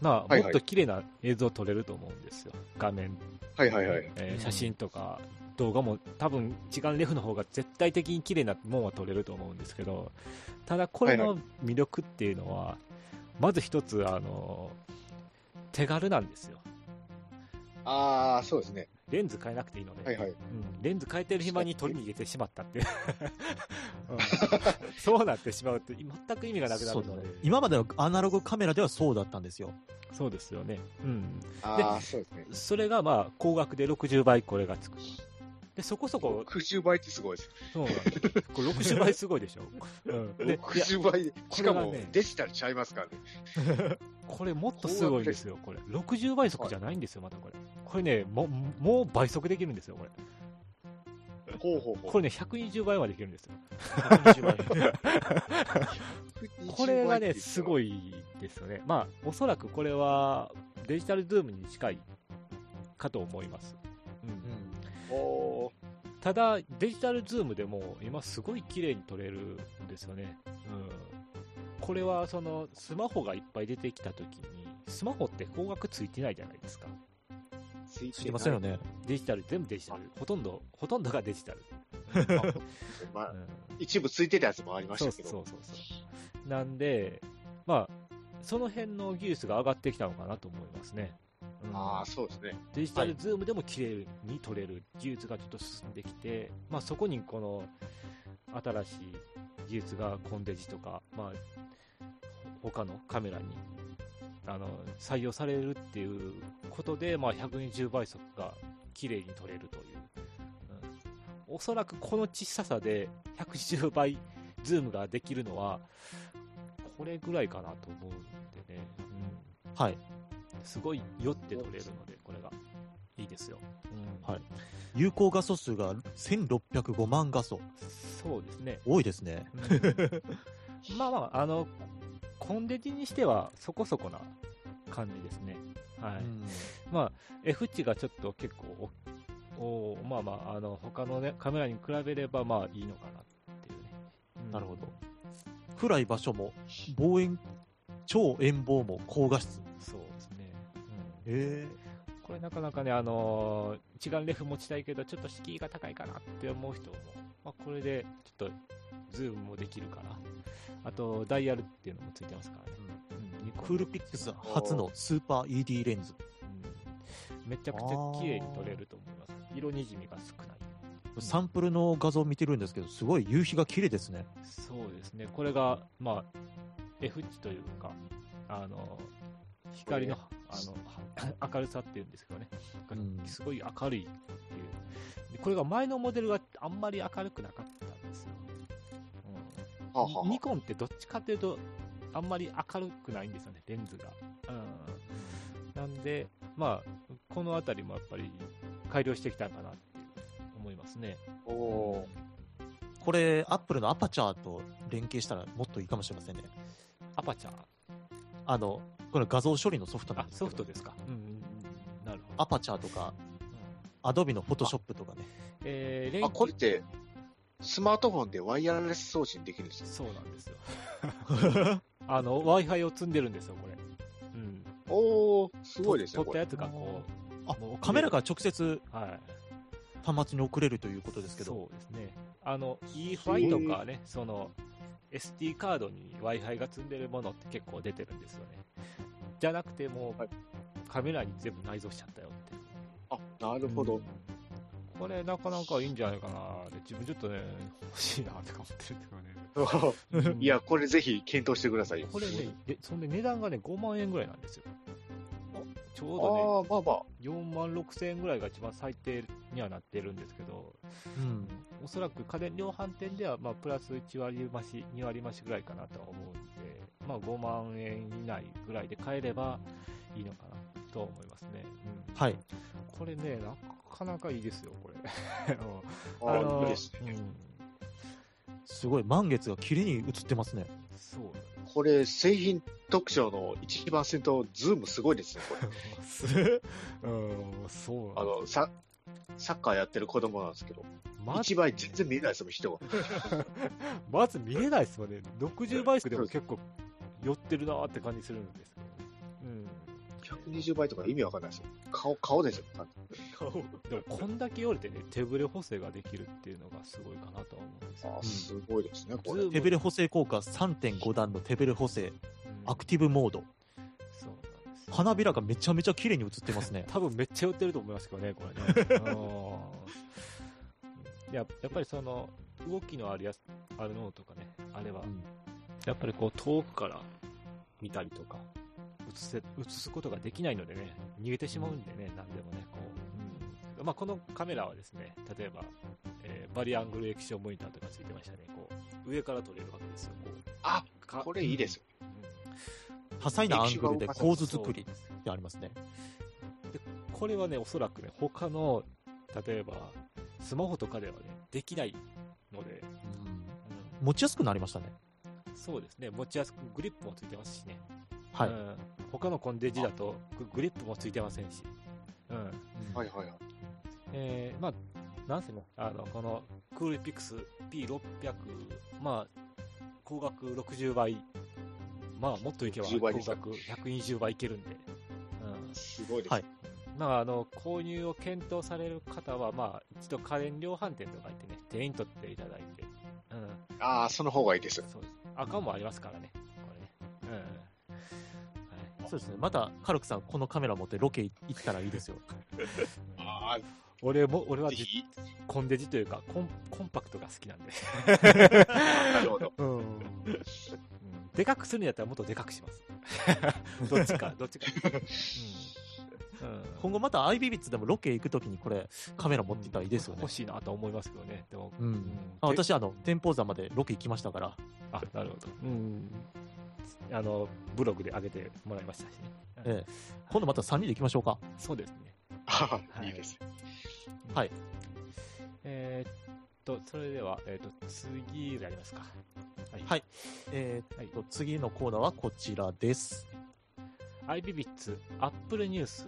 Speaker 2: ま
Speaker 5: は
Speaker 2: あ、
Speaker 5: いはい
Speaker 2: もっと綺麗な映像撮れると思うんですよ。画面
Speaker 5: はいはいはい。
Speaker 2: えー
Speaker 4: うん
Speaker 2: 写真とか動画も多分一眼レフの方が絶対的に綺麗なもんは撮れると思うんですけどただこれ
Speaker 5: は
Speaker 2: の魅力っていうのはまず一つあの手軽なんですよ
Speaker 5: ああ、そうですね。
Speaker 2: レンズ変えなくていいので、
Speaker 5: はいはい。
Speaker 2: うん、レンズ変えてる暇に撮りに入れてしまったっていう
Speaker 5: (laughs)
Speaker 2: うんそうなってしまうって全く意味がなくな
Speaker 4: そう
Speaker 2: る
Speaker 4: だ
Speaker 2: の
Speaker 4: ね
Speaker 2: で
Speaker 4: 今までのアナログカメラではそうだったんですよ。
Speaker 2: そうですよね、うん、
Speaker 5: ああ、そうですね。
Speaker 2: それがまあ高額で60倍これがつくとでそこそこ
Speaker 5: 60倍ってすごいです。
Speaker 2: そうなんですよこれ60倍すごいでしょ、うん、でいや
Speaker 5: 60倍で。しか
Speaker 2: こ
Speaker 5: も
Speaker 2: れがね
Speaker 5: デジタルちゃいますからね。
Speaker 2: これもっとすごいんですよ、これ。60倍速じゃないんですよ、またこれ。これね、ももう倍速できるんですよ、これ。
Speaker 5: ほうほうほう。
Speaker 2: これね、120倍までできるんですよ。これがね、すご
Speaker 5: い。
Speaker 2: いですよね。まあ、おそらくこれはデジタルズームに近いかと思います。うん
Speaker 5: おー
Speaker 2: ただ、デジタルズームでも今すごい綺麗に撮れるんですよね。うんこれはそのスマホがいっぱい出てきた時にスマホって光学ついてないじゃないですか
Speaker 5: つい
Speaker 4: 知りませんよ
Speaker 5: ね。
Speaker 4: ね。
Speaker 2: デジタル全部デジタルほとんどほとんどがデジタル、
Speaker 5: まあ
Speaker 2: う、ん
Speaker 5: 一部ついてたやつもありまし
Speaker 2: そう
Speaker 5: た
Speaker 2: そ
Speaker 5: けど。
Speaker 2: うそうそうなんでまあその辺の技術が上がってきたのかなと思いますね、うん
Speaker 5: ああ、そうですね。
Speaker 2: デジタルズームでも綺麗に撮れる技術がちょっと進んできて、まあ、そこにこの新しい技術がコンデジとか、まあ、ほ他のカメラにあの採用されるっていうことで、まあ、120倍速が綺麗に撮れるという、うんおそらくこの小ささで120倍ズームができるのはこれぐらいかなと思うんでね。うん
Speaker 4: はい。
Speaker 2: すごい酔って取れるので、これが。いいですよ。うん
Speaker 4: はい有効画素数が1605万画素。
Speaker 2: そうですね。
Speaker 4: 多いですね。 (laughs)
Speaker 2: まあまあ、あの、コンデジにしてはそこそこな感じですね。はい。
Speaker 4: うん
Speaker 2: まあ、F 値がちょっと結構お、おまあまあ、あの、他のね、カメラに比べれば、まあいいのかなっていうね。うん
Speaker 4: なるほど。暗い場所も、望遠、超遠望も高画質。
Speaker 2: そうですね。うん
Speaker 4: え
Speaker 2: これなかなかね、あのー一眼レフ持ちたいけど、ちょっと敷居が高いかなって思う人も、まあ、これでちょっと、ズームもできるから、あと、ダイヤルっていうのもついてますからね。うんニコン
Speaker 4: クールピックス初のスーパー ED レンズ。
Speaker 2: うんめちゃくちゃ綺麗に撮れると思います。色にじみが少ない。
Speaker 4: サンプルの画像を見てるんですけど、すごい夕日が綺麗ですね。
Speaker 2: そうですね、これが、まあ、F 値というか、あの光のあのは明るさっていうんですけどね、
Speaker 4: ん
Speaker 2: すごい明るいっていうで、これが前のモデルがあんまり明るくなかったんですよ。
Speaker 5: はあはあ
Speaker 2: ニコンってどっちかというと、あんまり明るくないんですよね、レンズが。うん、なんで、まあ、このあたりもやっぱり改良してきたかなって思いますね。
Speaker 5: おお
Speaker 4: これ、アップルのアパチャーと連携したらもっといいかもしれませんね。
Speaker 2: アパチャー、
Speaker 4: あの、これ画像処理のソフトなん
Speaker 2: あ
Speaker 4: ですけ
Speaker 2: ソ
Speaker 4: ど。
Speaker 2: フトですか。うんうんうん、なるほど。
Speaker 4: アパチャーとか、
Speaker 2: うん
Speaker 4: アドビのフォトショップとかね。
Speaker 2: え
Speaker 5: ー。
Speaker 2: ー、連
Speaker 5: あ、これって、スマートフォンでワイヤレス送信できるんですよ。
Speaker 2: そうなんですよ。
Speaker 5: (laughs)
Speaker 2: あの、Wi-Fi を積んでるんですよ、これ。うん。
Speaker 5: おおすごいですね、
Speaker 2: 撮
Speaker 5: こ
Speaker 2: った
Speaker 5: れ。
Speaker 2: やつがこ
Speaker 4: あ
Speaker 2: もう、
Speaker 4: カメラから直接
Speaker 2: う、はい。
Speaker 4: 端末に送れるということですけど、
Speaker 2: そうですね。あの、e ファイとかね、その、SD カードに Wi-Fi が積んでるものって結構出てるんですよね。じゃなくてもう、
Speaker 5: はい
Speaker 2: カメラに全部内蔵しちゃったよって。
Speaker 5: あ、なるほ
Speaker 2: う
Speaker 5: ど
Speaker 2: ん。これなかなかいいんじゃないかなって、自分ちょっとね、欲しいなとか思ってるんだけどね。う
Speaker 5: (laughs)
Speaker 2: ん
Speaker 5: いや、これぜひ検討してくださいよ。
Speaker 2: これね、でそんで値段がね、5万円ぐらいなんですよ。ちょうどね、
Speaker 5: ああ、まあまあ。
Speaker 2: 4万6千円ぐらいが一番最低にはなってるんですけど、
Speaker 4: うん
Speaker 2: おそらく家電量販店では、まあ、プラス1割増し、2割増しぐらいかなとは思うんで、まあ、5万円以内ぐらいで買えればいいのかなと思いますね。うん
Speaker 4: はい。
Speaker 2: これね、なかなかいいですよ、これ。
Speaker 5: (laughs) ああいいですね。
Speaker 2: ね。うん
Speaker 4: すごい満月が綺麗に映ってますね。
Speaker 2: そう
Speaker 5: (laughs)
Speaker 2: (laughs) なんです
Speaker 5: これ、製品特徴の一番先頭、ズームすごいですね、これ。
Speaker 2: うん、そう
Speaker 5: あの、ササッカーやってる子供なんですけど、
Speaker 2: ま
Speaker 5: 一倍全然見えないですもん、人が。
Speaker 2: (laughs) まず見れないですもんね。60倍速でも結構寄ってるなーって感じするんですけどね。
Speaker 5: 120倍とか意味わかんないですよ。顔、顔ですよ、完全に
Speaker 2: うん。でもこんだけ寄れてね、手ぶれ補正ができるっていうのがすごいかなとは思うんです
Speaker 5: あ
Speaker 2: よ
Speaker 5: あ、。すごいですね、これ。
Speaker 2: ズーム
Speaker 4: 手ブレ補正効果3.5段の手ブレ補正、
Speaker 2: うん
Speaker 4: アクティブモード。
Speaker 2: そうなんですよ。
Speaker 4: 花びらがめちゃめちゃ綺麗に映ってます (laughs) ね
Speaker 2: (laughs) 。多分めっちゃ寄ってると思いますけどね、これね。あのーいややっぱりその動きのあるやつあるのとかね、あれば、
Speaker 4: うん
Speaker 2: やっぱりこう遠くから見たりとか、映せ、映すことができないのでね、逃げてしまうんでね、何でもね、こう。うん。まあ、このカメラはですね、例えば、えーバリアングル液晶モニターとかついてましたね、こう、上から撮れるわけですよ、こう。
Speaker 5: あ、
Speaker 2: か
Speaker 5: これいいですよ。
Speaker 2: うん
Speaker 4: 多彩なアングルで構図作りっ
Speaker 2: そうです
Speaker 4: てありますね。
Speaker 2: これはね、おそらくね、他の、例えば、スマホとかではね、できないので、
Speaker 4: うん持ちやすくなりましたね。
Speaker 2: そうですね、持ちやすくグリップもついてますしね。
Speaker 4: はい。
Speaker 2: うん、他のコンデジだとググリップもついてませんし、うん
Speaker 5: はいはいはい。
Speaker 2: えーまあ、なんせね、あのこのクールピクス P600、まあ、光学60倍まあ、もっといけば、
Speaker 5: 10
Speaker 2: 高
Speaker 5: 倍ですか
Speaker 2: 額120倍いけるんで。うん。
Speaker 5: すごいです。
Speaker 4: はい
Speaker 2: まあ、あの購入を検討される方は、まあ、一度家電量販店とか行ってね、店員取っていただいて、うん、
Speaker 5: ああ、その方がいいです。
Speaker 2: そうです赤もありますからね、これね。うんはい、
Speaker 4: そうですね。また、カルクさん、このカメラ持ってロケ行ったらいいです (laughs) よ。
Speaker 5: あ
Speaker 2: 俺も俺
Speaker 5: あ、
Speaker 2: は
Speaker 5: ぜ
Speaker 2: じ
Speaker 5: ひ、
Speaker 2: コンデジというかコン、コンパクトが好きなんで、
Speaker 5: なるほど。
Speaker 2: うん
Speaker 5: (laughs)
Speaker 2: でかくするんやったらもっとでかくします。 (laughs) どっち
Speaker 4: (laughs)
Speaker 2: か、どっちか。うんうん
Speaker 4: 今後また IB ビッツでもロケ行くときにこれ、カメラ持っていったらいいですよね
Speaker 2: 欲。しいなと思いますけどね、でも、
Speaker 4: うん。あ私、あの、天保山までロケ行きましたから、
Speaker 2: あ、なるほど。うん。あの、ブログで上げてもらいましたしね。
Speaker 4: ええ、今度また3人で行きましょうか。
Speaker 2: そうですね。
Speaker 5: あ
Speaker 2: は
Speaker 5: あ
Speaker 2: い
Speaker 5: いいです。
Speaker 4: はい。
Speaker 2: えーっと、それでは、えーっと、次でありますか。はい。
Speaker 4: はいえー
Speaker 2: はい
Speaker 4: っと、次のコーナーはこちらです。
Speaker 2: アイビビッツ、アップルニュース。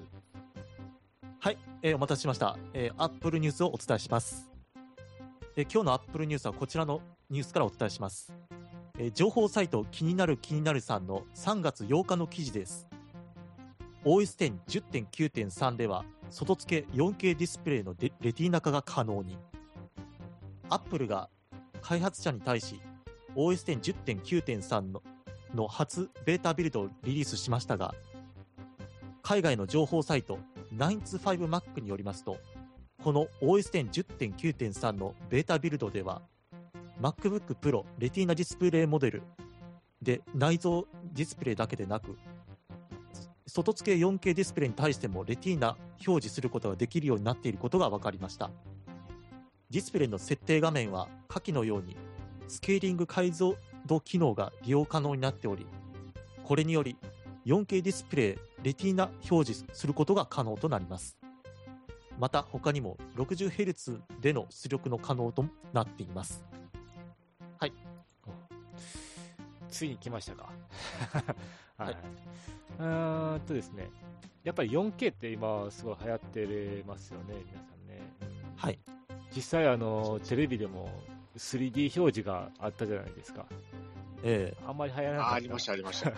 Speaker 4: はい、えーお待たせしました、えー、Apple ニュースをお伝えします、えー今日の Apple ニュースはこちらのニュースからお伝えします、えー情報サイト気になる気になるさんの3月8日の記事です OS10.10.9.3 では外付け 4K ディスプレイのデレティーナ化が可能に Apple が開発者に対し OS10.10.9.3 のの初ベータビルドをリリースしましたが海外の情報サイト 925Mac によりますと、この OS10.10.9.3 のベータビルドでは、MacBook Pro レティーナディスプレイモデルで内蔵ディスプレイだけでなく、外付け 4K ディスプレイに対してもレティーナ表示することができるようになっていることが分かりました。ディスプレイの設定画面は下記のようにスケーリング解像度機能が利用可能になっており、これにより 4K ディスプレイ、レティーナ表示することが可能となります。また、他にも 60Hz での出力の可能となっています。
Speaker 2: ついに来ました (laughs) か。は
Speaker 4: はい
Speaker 2: い。うーんとですね、やっぱり 4K って今、すごい流行ってますよね、皆さんね。うん
Speaker 4: はい。
Speaker 2: 実際、あの、テレビでも 3D 表示があったじゃないですか。
Speaker 4: え
Speaker 2: あんまり流行ら
Speaker 5: あ
Speaker 2: なかっ
Speaker 5: あ、
Speaker 2: た。
Speaker 5: ありました、ありました。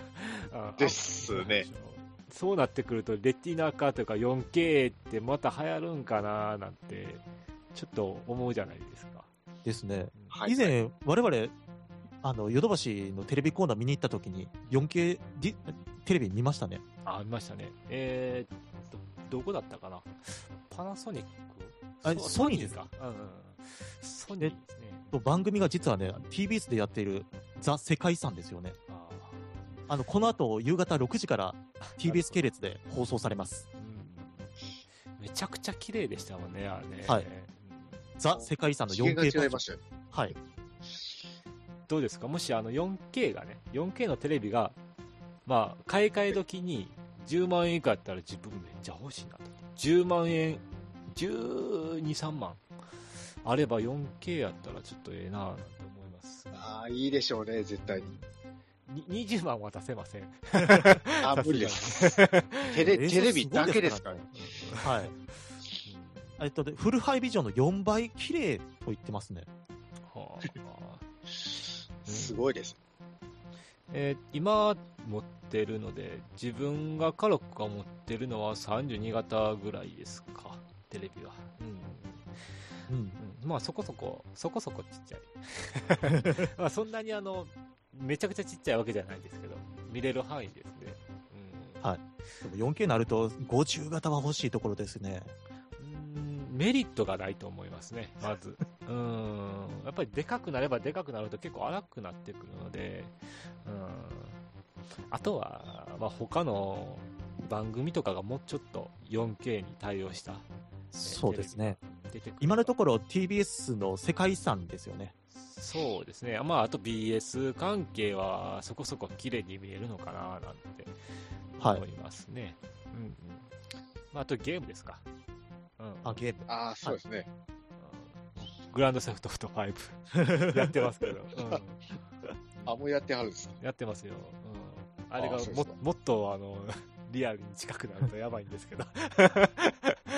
Speaker 2: あ
Speaker 5: ですね。
Speaker 2: そうなってくると、レティナ化というか 4K ってまた流行るんかななんて、ちょっと思うじゃないですか。
Speaker 4: えですね。
Speaker 5: は
Speaker 4: 以
Speaker 5: い。
Speaker 4: 前、我々、あの、ヨドバシのテレビコーナー見に行った時に、4K ディテレビ見ましたね。
Speaker 2: あ、ありましたね。えーっと、どこだったかなパナソニック
Speaker 4: あ
Speaker 2: そう
Speaker 4: ソニーです
Speaker 2: かうんうんうん。ソニーですね。
Speaker 4: と番組が実はね、TBS でやっているザ・世界遺産ですよね。
Speaker 2: あ
Speaker 4: あの、この後、夕方6時から
Speaker 2: ー
Speaker 4: TBS 系列で放送されます。
Speaker 2: うん。めちゃくちゃ綺麗でしたもんね、あれね。
Speaker 4: はい
Speaker 2: うん
Speaker 4: ザ・世界遺産の
Speaker 5: 次元が
Speaker 4: 4K
Speaker 5: 違い
Speaker 4: バー
Speaker 5: ま
Speaker 4: ジ
Speaker 5: したよね。
Speaker 4: ョンはい。
Speaker 2: どうですかもしあの 4K がね、4K のテレビが、まあ、買い替え時に10万円以下やったら自分めっちゃ欲しいなと。10万円、12、3万あれば 4K やったらちょっとええなぁなんて思います。
Speaker 5: ああ、いいでしょうね、絶対に。
Speaker 2: に20万は出せません。
Speaker 5: ああ、無理です。テ
Speaker 4: (laughs)
Speaker 5: レテレビだけですからね。
Speaker 4: はい。えっと、でフルハイビジョンの4倍綺麗と言ってますね。
Speaker 2: はあ
Speaker 5: すごいです。
Speaker 2: えー今持ってるので自分がカロックが持ってるのは32型ぐらいですかテレビは、うん
Speaker 4: うん。
Speaker 2: うんまあそこそこそこそこちっちゃい
Speaker 4: (laughs)
Speaker 2: まあそんなにあのめちゃくちゃちっちゃいわけじゃないですけど見れる範囲ですね、うん
Speaker 4: でも 4K になると50型は欲しいところですね。
Speaker 2: うんメリットがないと思いますね、ま
Speaker 4: (laughs)
Speaker 2: ず。うん。やっぱりでかくなればでかくなると結構荒くなってくるので、うん。あとは、まあ、他の番組とかがもうちょっと 4K に対応した、ね
Speaker 4: そうですね。
Speaker 2: テレビが出てくれば
Speaker 4: 今のところ TBS の世界遺産ですよね。
Speaker 2: そうですね。まあ、あと BS 関係はそこそこ綺麗に見えるのかななんて
Speaker 4: はい
Speaker 2: 思いますね。うんうん。まあ、あとゲームですか。うん。
Speaker 4: あ、ゲ
Speaker 5: (laughs)
Speaker 4: ーム。
Speaker 5: ああ、そうですね。
Speaker 2: グランドセフトフット5 (laughs) やってますけど、
Speaker 5: あ、もうやってはるんですね。
Speaker 2: やってますよ、うん、あれが
Speaker 5: あそうで
Speaker 2: も
Speaker 5: すか
Speaker 2: もっとあの (laughs) リアルに近くなるとやばいんですけど
Speaker 4: あ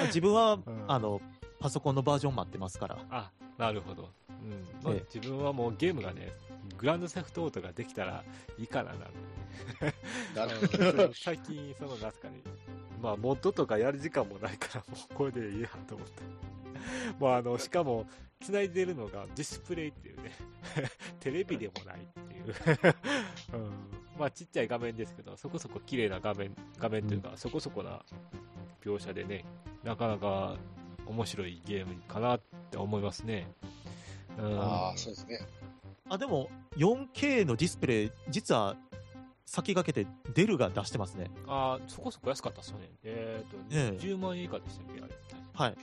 Speaker 4: 自分は、
Speaker 2: ん
Speaker 4: あの、パソコンのバージョン待ってますから。
Speaker 2: あなるほど、うんまあ
Speaker 4: ええ
Speaker 2: 自分はもうゲームがねグランドセフトオートができたらいいかななんて
Speaker 5: なるほど。
Speaker 2: うん最近、その、なんすかね、まあ、モッドとかやる時間もないから、もうこれでいいやと思って。まあ、あの、しかも、繋いでるのがディスプレイっていうね、 (laughs) テレビでもないっていう。うん、 (laughs) まあ、ちっちゃい画面ですけど、そこそこ綺麗な画面、画面というか、そこそこな描写でね、なかなか面白いゲームかなって思いますね。うん、
Speaker 5: ああ、そうですね。
Speaker 4: あ、でも、4K のディスプレイ、実は、先駆けてデルが出してますね。
Speaker 2: あーそこそこ安かったっすよね。えっ、と、
Speaker 4: ええ
Speaker 2: 10万円以下でしたっけ、あれ。
Speaker 4: はい。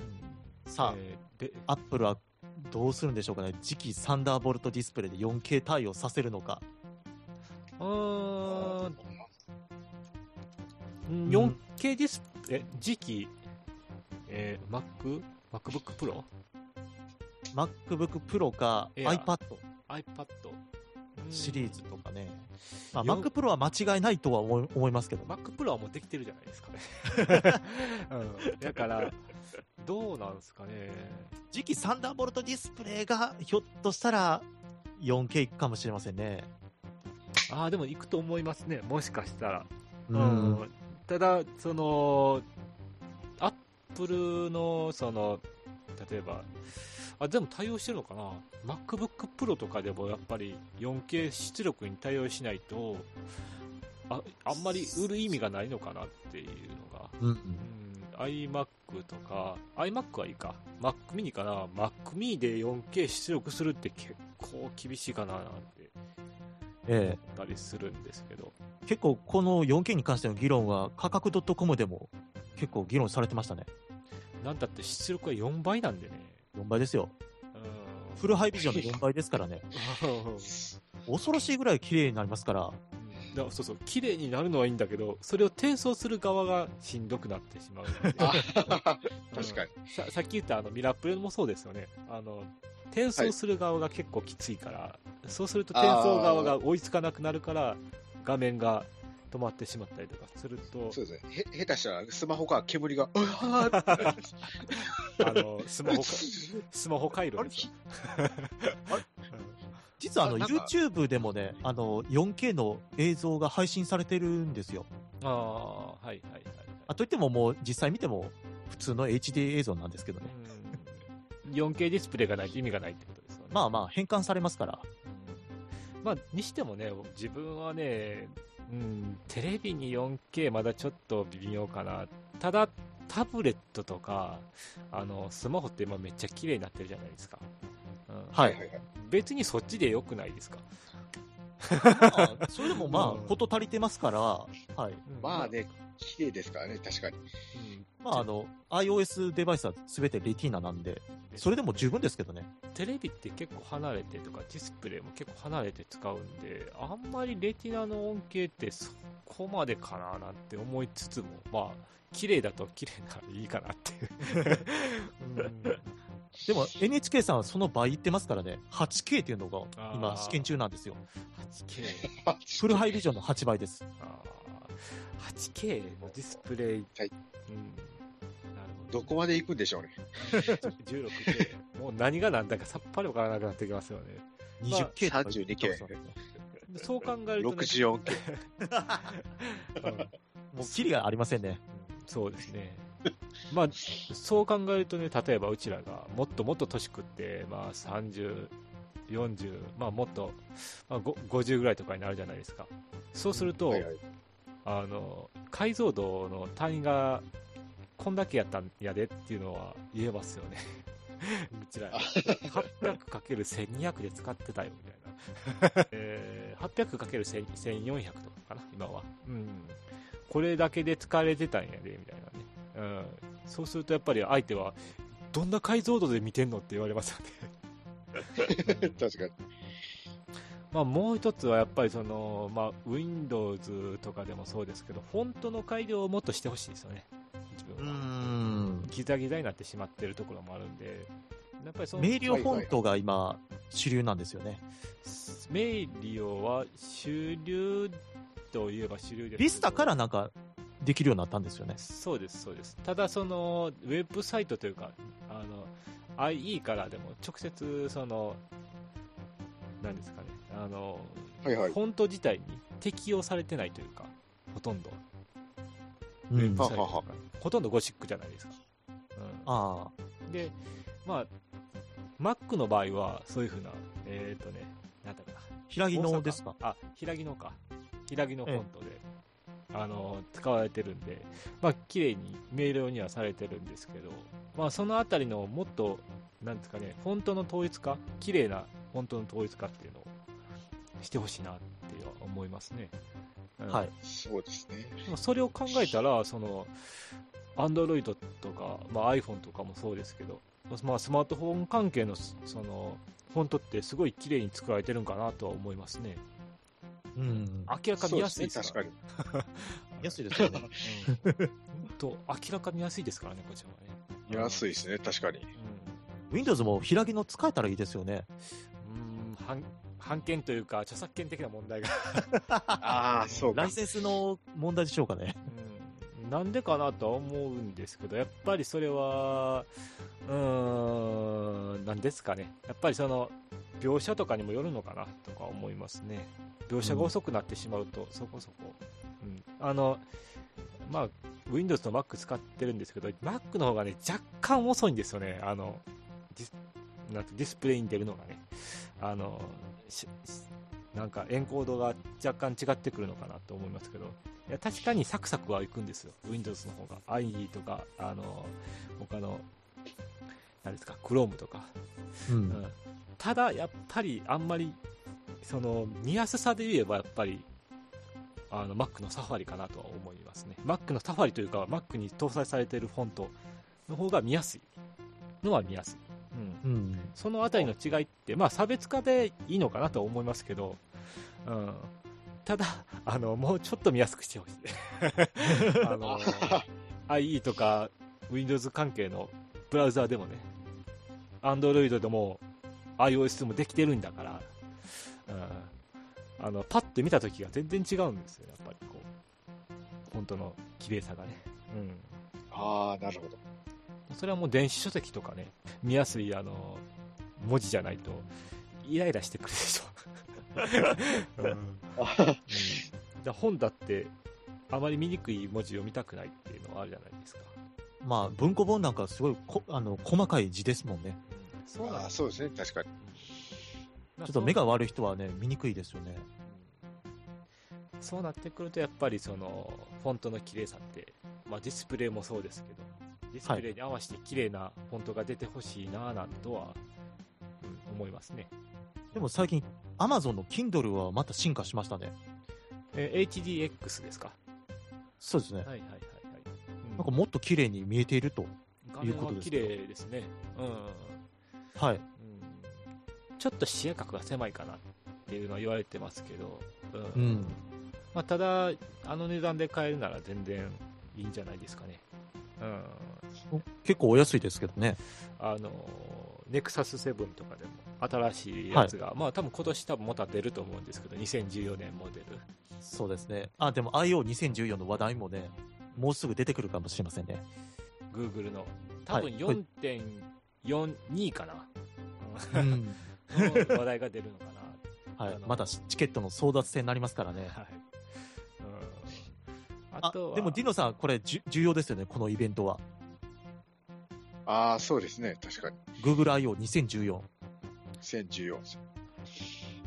Speaker 2: うん。
Speaker 4: さあ、
Speaker 2: えーで、
Speaker 4: アップルはどうするんでしょうかね。次期サンダーボルトディスプレイで 4K 対応させるのか。
Speaker 2: うーん
Speaker 4: ん
Speaker 2: 4K ディスプレイ、え次期、えー、Mac、MacBook Pro、
Speaker 4: MacBook Pro か
Speaker 2: いや
Speaker 4: iPad
Speaker 2: iPad
Speaker 4: シリーズとかね。まあ、
Speaker 2: よ
Speaker 4: Mac Pro は間違いないとは思い思いますけど。
Speaker 2: Mac Pro はもうできてるじゃないですかね。 (laughs) うん、だから、どうなんですかね。
Speaker 4: 次期サンダーボルトディスプレイがひょっとしたら 4K いくかもしれませんね。
Speaker 2: ああ、でも行くと思いますね、もしかしたら。う
Speaker 4: う
Speaker 2: ん。ただ、その、アップルの、その、例えば、あ、でも対応してるのかな ?MacBook Pro とかでもやっぱり 4K 出力に対応しないと、ああんまり売る意味がないのかなっていうのが。
Speaker 4: うん。
Speaker 2: うん、iMac とか、iMac はいいか。Mac mini かな ?Mac mini で 4K 出力するって結構厳しいかななんて思
Speaker 4: ええ
Speaker 2: ったりするんですけど。
Speaker 4: 結構この 4K に関しての議論は価格 .com でも結構議論されてましたね。
Speaker 2: なんだって出力は4倍なんでね。
Speaker 4: 4倍ですよ。
Speaker 2: うん
Speaker 4: フルハイビジョンの4倍ですからね。恐ろしいぐらい綺麗になりますから。
Speaker 2: だからそうそう綺麗になるのはいいんだけどそれを転送する側がしんどくなってしまう
Speaker 5: あ確かに。
Speaker 2: にささっき言ったあのミラプレもそうですよねあの転送する側が結構きついから、そうすると転送側が追いつかなくなるから画面が止まってしまったりとかすると
Speaker 5: そうですね。へ、下手したらスマホから煙が、うわーってなります。
Speaker 2: あのスマホ
Speaker 5: (laughs)
Speaker 2: かスマホ回路ですよ
Speaker 4: 実はあの
Speaker 5: あなんか
Speaker 4: YouTube でもね、あの 4K の映像が配信されてるんですよ。
Speaker 2: ああはいはいはい
Speaker 4: あといってももう実際見ても普通の HD 映像なんですけどね。
Speaker 2: うん 4K ディスプレイがないと意味がないってことですよね
Speaker 4: まあまあ変換されますから。
Speaker 2: うんまあ、にしてもね、自分はね、うん、テレビに 4K まだちょっと微妙かな。ただ、タブレットとか、あの、スマホって今めっちゃ綺麗になってるじゃないですか。うん
Speaker 4: は
Speaker 5: はいはい
Speaker 4: い。
Speaker 5: はい。
Speaker 2: 別にそっちで良くないですか。
Speaker 4: まあそれでもま
Speaker 2: うん
Speaker 4: あ事足りてますから、はい。
Speaker 2: うん
Speaker 5: まあ、ね、綺麗ですからね、確かに。
Speaker 2: うん
Speaker 4: まああの iOS デバイスは全てレティーナなんで、それでも十分ですけどね。
Speaker 2: テレビって結構離れてとか、ディスプレイも結構離れて使うんで、あんまりレティナの恩恵ってそこまでかななんて思いつつも、まあ、綺麗だと綺麗ならいいかなっていう。 (laughs) うん
Speaker 4: で
Speaker 5: (laughs)
Speaker 4: も NHK さんはその倍いってますからね、8K っていうのが
Speaker 2: あ
Speaker 4: 今
Speaker 2: ー
Speaker 4: 試験中なんですよ。
Speaker 2: 8K
Speaker 4: フルハイビジョンの8倍です。
Speaker 2: あー 8K のディスプレイ、
Speaker 5: はい
Speaker 2: うん、なるほど
Speaker 5: (laughs) どこまで行くんでしょうね。
Speaker 2: 16K もう何が何だかさっぱりわからなくなってきますよね
Speaker 4: 20K とか言ってま
Speaker 5: 32K
Speaker 4: すよね
Speaker 2: でそう考えると、ね (laughs)
Speaker 5: 64K。
Speaker 2: うんうん
Speaker 4: もうキリがありませんね。
Speaker 2: そうですねまあそう考えるとね例えばうちらがもっともっと年食って、まあ、3040まあもっと、まあ、ご50ぐらいとかになるじゃないですかそうすると、
Speaker 5: はい (laughs) はい。
Speaker 2: あの解像度の単位がこんだけやったんやでっていうのは言えますよね (laughs) うちら
Speaker 5: あ
Speaker 2: 800×1200 で使ってたよみたいな、えー、800×1400 とかかな今はうんこれだけで使われてたんやでみたいなね、うん、そうするとやっぱり相手はどんな解像度で見てんのって言われますよね
Speaker 5: 確かに。
Speaker 2: まあ、もう一つはやっぱりその、まあ、Windows とかでもそうですけど、フォントの改良をもっとしてほしいですよね、自
Speaker 4: うー
Speaker 2: 分は。
Speaker 4: ん。
Speaker 2: ギザギザになってしまってるところもあるんで、やっぱりその
Speaker 4: 明瞭フォントが今主流なんですよね。
Speaker 2: メリオは主流といえば主流ですけど
Speaker 4: ビスタからなんかできるようになったんですよね。
Speaker 2: そうです、そうです。ただ、その、ウェブサイトというか、あの、IE からでも直接、その、何ですかね、あの、
Speaker 5: はいはい
Speaker 2: フォント自体に適用されてないというか、ほとんど。
Speaker 4: うん
Speaker 5: あは
Speaker 2: されてない
Speaker 5: は
Speaker 2: ほとんどゴシックじゃないですか。うん
Speaker 4: あ
Speaker 2: で、まあ、Mac の場合は、そういうふうな、えっ、とね、なんだろうな。
Speaker 4: あ、平木
Speaker 2: 大
Speaker 4: の
Speaker 2: 阪
Speaker 4: ですか
Speaker 2: あ、平木のか。平木のフォントで、あの、使われてるんで、まあ、綺麗に明瞭にはされてるんですけど、まあ、そのあたりのもっと、なんですかね、フォントの統一化、綺麗なフォントの統一化っていうのをしてほしいなっては思いますね。うん
Speaker 4: はい。
Speaker 5: そうですね。
Speaker 2: まあそれを考えたら、その、アンドロイドとか、まあ、iPhone とかもそうですけど、まあ、スマートフォン関係の、その、フォントってすごい綺麗に作られてるんかなとは思いますね。
Speaker 4: うん。
Speaker 2: 明らかに安い
Speaker 5: そうですね確かに。
Speaker 4: 安いですよね。
Speaker 2: うんと、明らかに安いですからね、こちらはね。
Speaker 5: 安いですね、確かに。
Speaker 4: (laughs) Windows も平木の使えたらいいですよね。
Speaker 2: うん。うん、版版権というか、著作権的な問題が。
Speaker 5: ああ、そう
Speaker 4: ラ
Speaker 5: か
Speaker 4: イ。センスの問題でしょうかね。
Speaker 2: うんなんでかなとは思うんですけど、やっぱりそれは、うーん、なんですかね。やっぱりその、描写とかにもよるのかなとか思いますね。描写が遅くなってしまうと、そこそこ。うん。あの、まあ、Windows と Mac 使ってるんですけど、Mac の方がね、若干遅いんですよね。あの、ディスなんてディスプレイに出るのがね。あの、ししなんかエンコードが若干違ってくるのかなと思いますけど、いや確かにサクサクはいくんですよ、Windows の方が。IE とか、あの、他の、何ですか、Chrome とか。
Speaker 4: う。
Speaker 2: うんん、ただ、やっぱりあんまり、その、見やすさで言えばやっぱり、あの、Mac のサファリかなとは思いますね。Mac のサファリというか、Mac に搭載されているフォントの方が見やすいのは見やすい。うん。
Speaker 4: うん。
Speaker 2: そのあたりの違いって、まあ、差別化でいいのかなとは思いますけど、うん、ただあの、もうちょっと見やすくしてほしい。あの IE とか Windows 関係のブラウザーでもね、Android でも iOS でもできてるんだから、うん、あのパッて見たときが全然違うんですよ、やっぱりこう、本当の綺麗さがね。うん
Speaker 5: ああ、なるほど。
Speaker 2: それはもう電子書籍とかね、見やすいあの文字じゃないと、イライラしてくるでしょ。うんだ本だって、あまり見にくい文字を見たくないっていうのはあるじゃないですか。
Speaker 4: まあ、文庫本なんかすごいこあの細かい字ですもんね。
Speaker 2: そ
Speaker 5: ああー、そうですね、確かに。
Speaker 2: ちょ
Speaker 4: ちょっと目が悪い人はね、見にくいですよね。
Speaker 2: そうなってくると、やっぱりその、フォントの綺麗さって、まあディスプレイもそうですけど、ディスプレイに合わせて綺麗なフォントが出てほしいなぁなんとは、うん思いますね。
Speaker 4: でも最近、Amazon の Kindle はまた進化しましたね。
Speaker 2: えー HDX ですか
Speaker 4: そうですね。
Speaker 2: はいはいはいはい。
Speaker 4: なんかもっと綺麗に見えていると。
Speaker 2: 画面
Speaker 4: いうこ
Speaker 2: は
Speaker 4: とで
Speaker 2: 綺
Speaker 4: すけど
Speaker 2: 麗ですね。うんうんうん。
Speaker 4: はい。
Speaker 2: ちょっと視野角が狭いかなっていうのは言われてますけど、う
Speaker 4: うんん。
Speaker 2: まあ、ただ、あの値段で買えるなら全然いいんじゃないですかね。うん、
Speaker 4: 結構お安いですけどね。
Speaker 2: あの、ネクサス7とかでも新しいやつが、まあ多分今年多分また出ると思うんですけど、2014年モデル。
Speaker 4: そうですね。あ、でも IO2014 の話題もね、もうすぐ出てくるかもしれませんね。
Speaker 2: Google の。多分
Speaker 4: はい
Speaker 2: 4.42かな。
Speaker 4: う
Speaker 2: うん
Speaker 4: ん。
Speaker 2: の話題が出るのかな。
Speaker 4: (laughs) はい。まだチケットの争奪戦になりますからね。
Speaker 2: はい。うん、あ
Speaker 4: あ、
Speaker 2: とは、
Speaker 4: でもディノさん、これじゅ重要ですよね、このイベントは。
Speaker 5: ああ、そうですね、確かに。
Speaker 4: Google IO2014。
Speaker 5: 2014。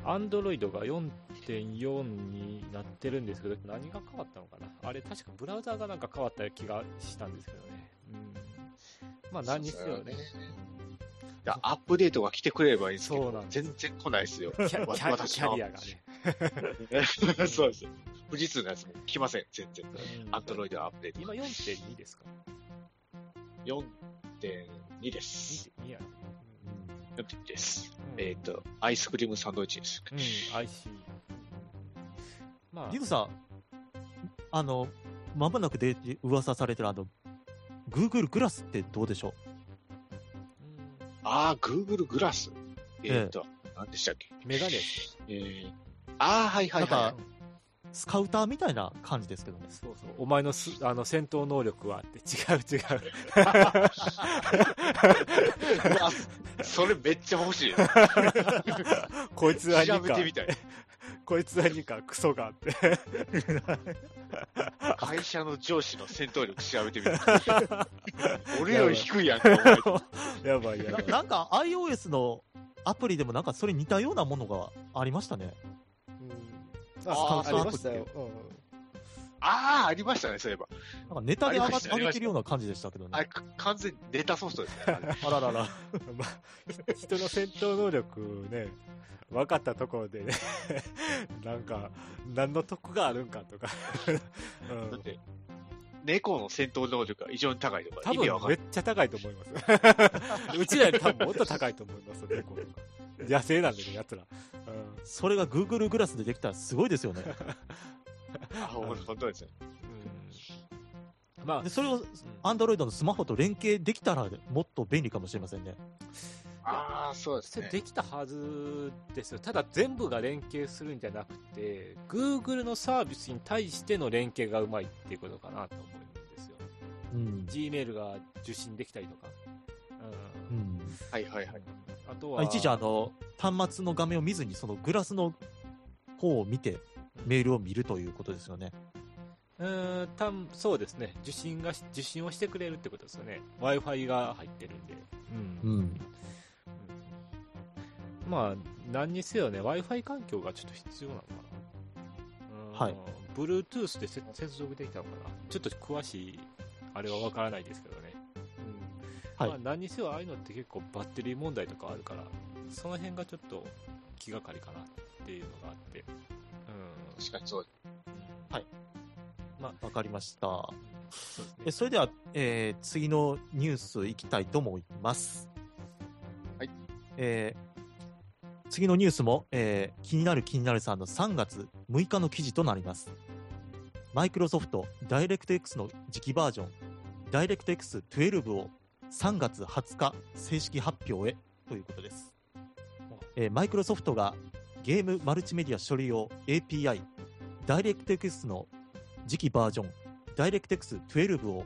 Speaker 2: アンドロイドが4.4になってるんですけど、何が変わったのかなあれ、確かブラウザーがなんか変わった気がしたんですけどね。うん。まあ、何にせよね。
Speaker 5: いやアップデートが来てくれればいいんですけ
Speaker 2: そう
Speaker 5: ど
Speaker 2: なん、です
Speaker 5: 全然来ないですよ。
Speaker 2: キャキャ
Speaker 5: 私
Speaker 2: キ
Speaker 5: の
Speaker 2: ャリアがね。
Speaker 5: (laughs) そうです。富士通のやつも来ません、全然。
Speaker 2: うん
Speaker 5: アンドロイドアップデート。
Speaker 2: 今4.2ですか
Speaker 5: 4.2です。
Speaker 2: ?2.2 やね。
Speaker 5: 4.2です。
Speaker 2: うん
Speaker 5: えっ、と、アイスクリームサンドイッチです。
Speaker 2: うん、IC。まあ
Speaker 4: ディ、ノさん、あの、まもなく出て噂されてるあの、Google グラスってどうでしょ
Speaker 2: うん
Speaker 5: ああ、Google グラス。えっ、と、何でしたっけ
Speaker 2: メガネ。
Speaker 5: えー、ああ、はいはい
Speaker 4: なん
Speaker 5: は
Speaker 4: かうスカウターみたいな感じですけどね。
Speaker 2: そうそう、お前のすあの戦闘能力はって、違う違う。
Speaker 5: い。 (laughs) うわそれめっちゃ欲しい。
Speaker 2: (laughs) (laughs) こいつは
Speaker 5: 調
Speaker 2: 2
Speaker 5: べ
Speaker 2: か
Speaker 5: て、みたい。
Speaker 2: こいつはにかクソがあって。 (laughs)
Speaker 5: 会社の上司の戦闘力調べ
Speaker 2: (laughs)
Speaker 5: てみる。俺より低いやんか、お前
Speaker 2: やばいやば。
Speaker 4: ないなんか iOS のアプリでもなんかそれ似たようなものがありましたね。
Speaker 2: うん、あ
Speaker 5: あ
Speaker 2: あ
Speaker 5: ー
Speaker 2: りましたよ。
Speaker 5: ああ、ありましたね、そういえば。
Speaker 4: なんかネタで上
Speaker 5: あり
Speaker 4: が
Speaker 5: ました
Speaker 4: 上げてるような感じでしたけどね。
Speaker 5: あれ、か完全にネタソフトですね。あれ
Speaker 4: あららら。 (laughs)
Speaker 2: うん (laughs) まあ、ひ人の戦闘能力ね、分かったところでね、 (laughs) なんか、何の得があるんかとか、 (laughs) う
Speaker 5: だっ
Speaker 2: ん、
Speaker 5: て、猫の戦闘能力が異常に高いとか、
Speaker 2: 多
Speaker 5: 意味わか
Speaker 2: 分
Speaker 5: んな
Speaker 2: め
Speaker 5: い。
Speaker 2: っちゃ高いと思います。 (laughs) うちらより多分もっと高いと思います、猫とか。野生なんだけど、やつら。うん
Speaker 4: それが Google グラスでできたらすごいですよね。
Speaker 5: あほん本当ですね。
Speaker 2: うんまあ
Speaker 4: で、それを Android のスマホと連携できたらもっと便利かもしれませんね。
Speaker 5: ああ、そうです
Speaker 2: それ
Speaker 5: ね。
Speaker 2: できたはずですよ。ただ全部が連携するんじゃなくて、Google のサービスに対しての連携がうまいっていうことかなと思うんですよ。
Speaker 4: うん。
Speaker 2: Gmail が受信できたりとか。う。
Speaker 4: うんん
Speaker 5: はいはいはい。
Speaker 2: あと
Speaker 4: あ
Speaker 2: は、
Speaker 4: 一時あの、端末の画面を見ずに、そのグラスの方を見て、メールを見るということですよね。
Speaker 2: うーん、たん、そうですね。受信がし、受信をしてくれるってことですよね。Wi-Fi が入ってるんで。うん
Speaker 4: うん。
Speaker 2: まあ、何にせよね、Wi-Fi 環境がちょっと必要なのかな。。
Speaker 4: はい
Speaker 2: Bluetooth でせ接続できたのかな。ちょっと詳しい、あれはわからないですけどね。うん。
Speaker 4: はい
Speaker 2: まあ、何にせよ、ああいうのって結構バッテリー問題とかあるから、その辺がちょっと気がかりかなっていうのがあって。うん。
Speaker 5: 確かにそう。
Speaker 4: はい。
Speaker 2: ま
Speaker 4: わかりました
Speaker 2: あ。、そうですね
Speaker 4: えそれでは、えー次のニュースいきたいと思います。
Speaker 5: はい。
Speaker 4: えー次のニュースも、えー気になる気になるさんの3月6日の記事となります。マイクロソフト DirectX の次期バージョン DirectX12 を3月20日正式発表へということです。えーマイクロソフトがゲームマルチメディア処理用 API DirectX の次期バージョン DirectX12 を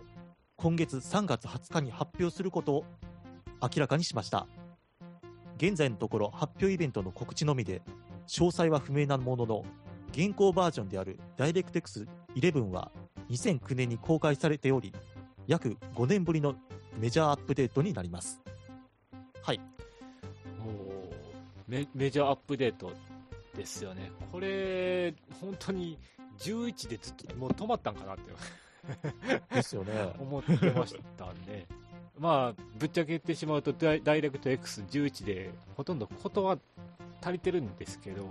Speaker 4: 今月3月20日に発表することを明らかにしました現在のところ発表イベントの告知のみで詳細は不明なものの現行バージョンである DirectX11 は2009年に公開されており約5年ぶりのメジャーアップデートになりますはい
Speaker 2: もうメメジャーアップデートですよね、これ、本当に11でずっともう止まったんかなって
Speaker 4: ですよね
Speaker 2: 思ってましたね。 (laughs) まあ、ぶっちゃけ言ってしまうと、ダイダイレクト X11 でほとんどことは足りてるんですけど、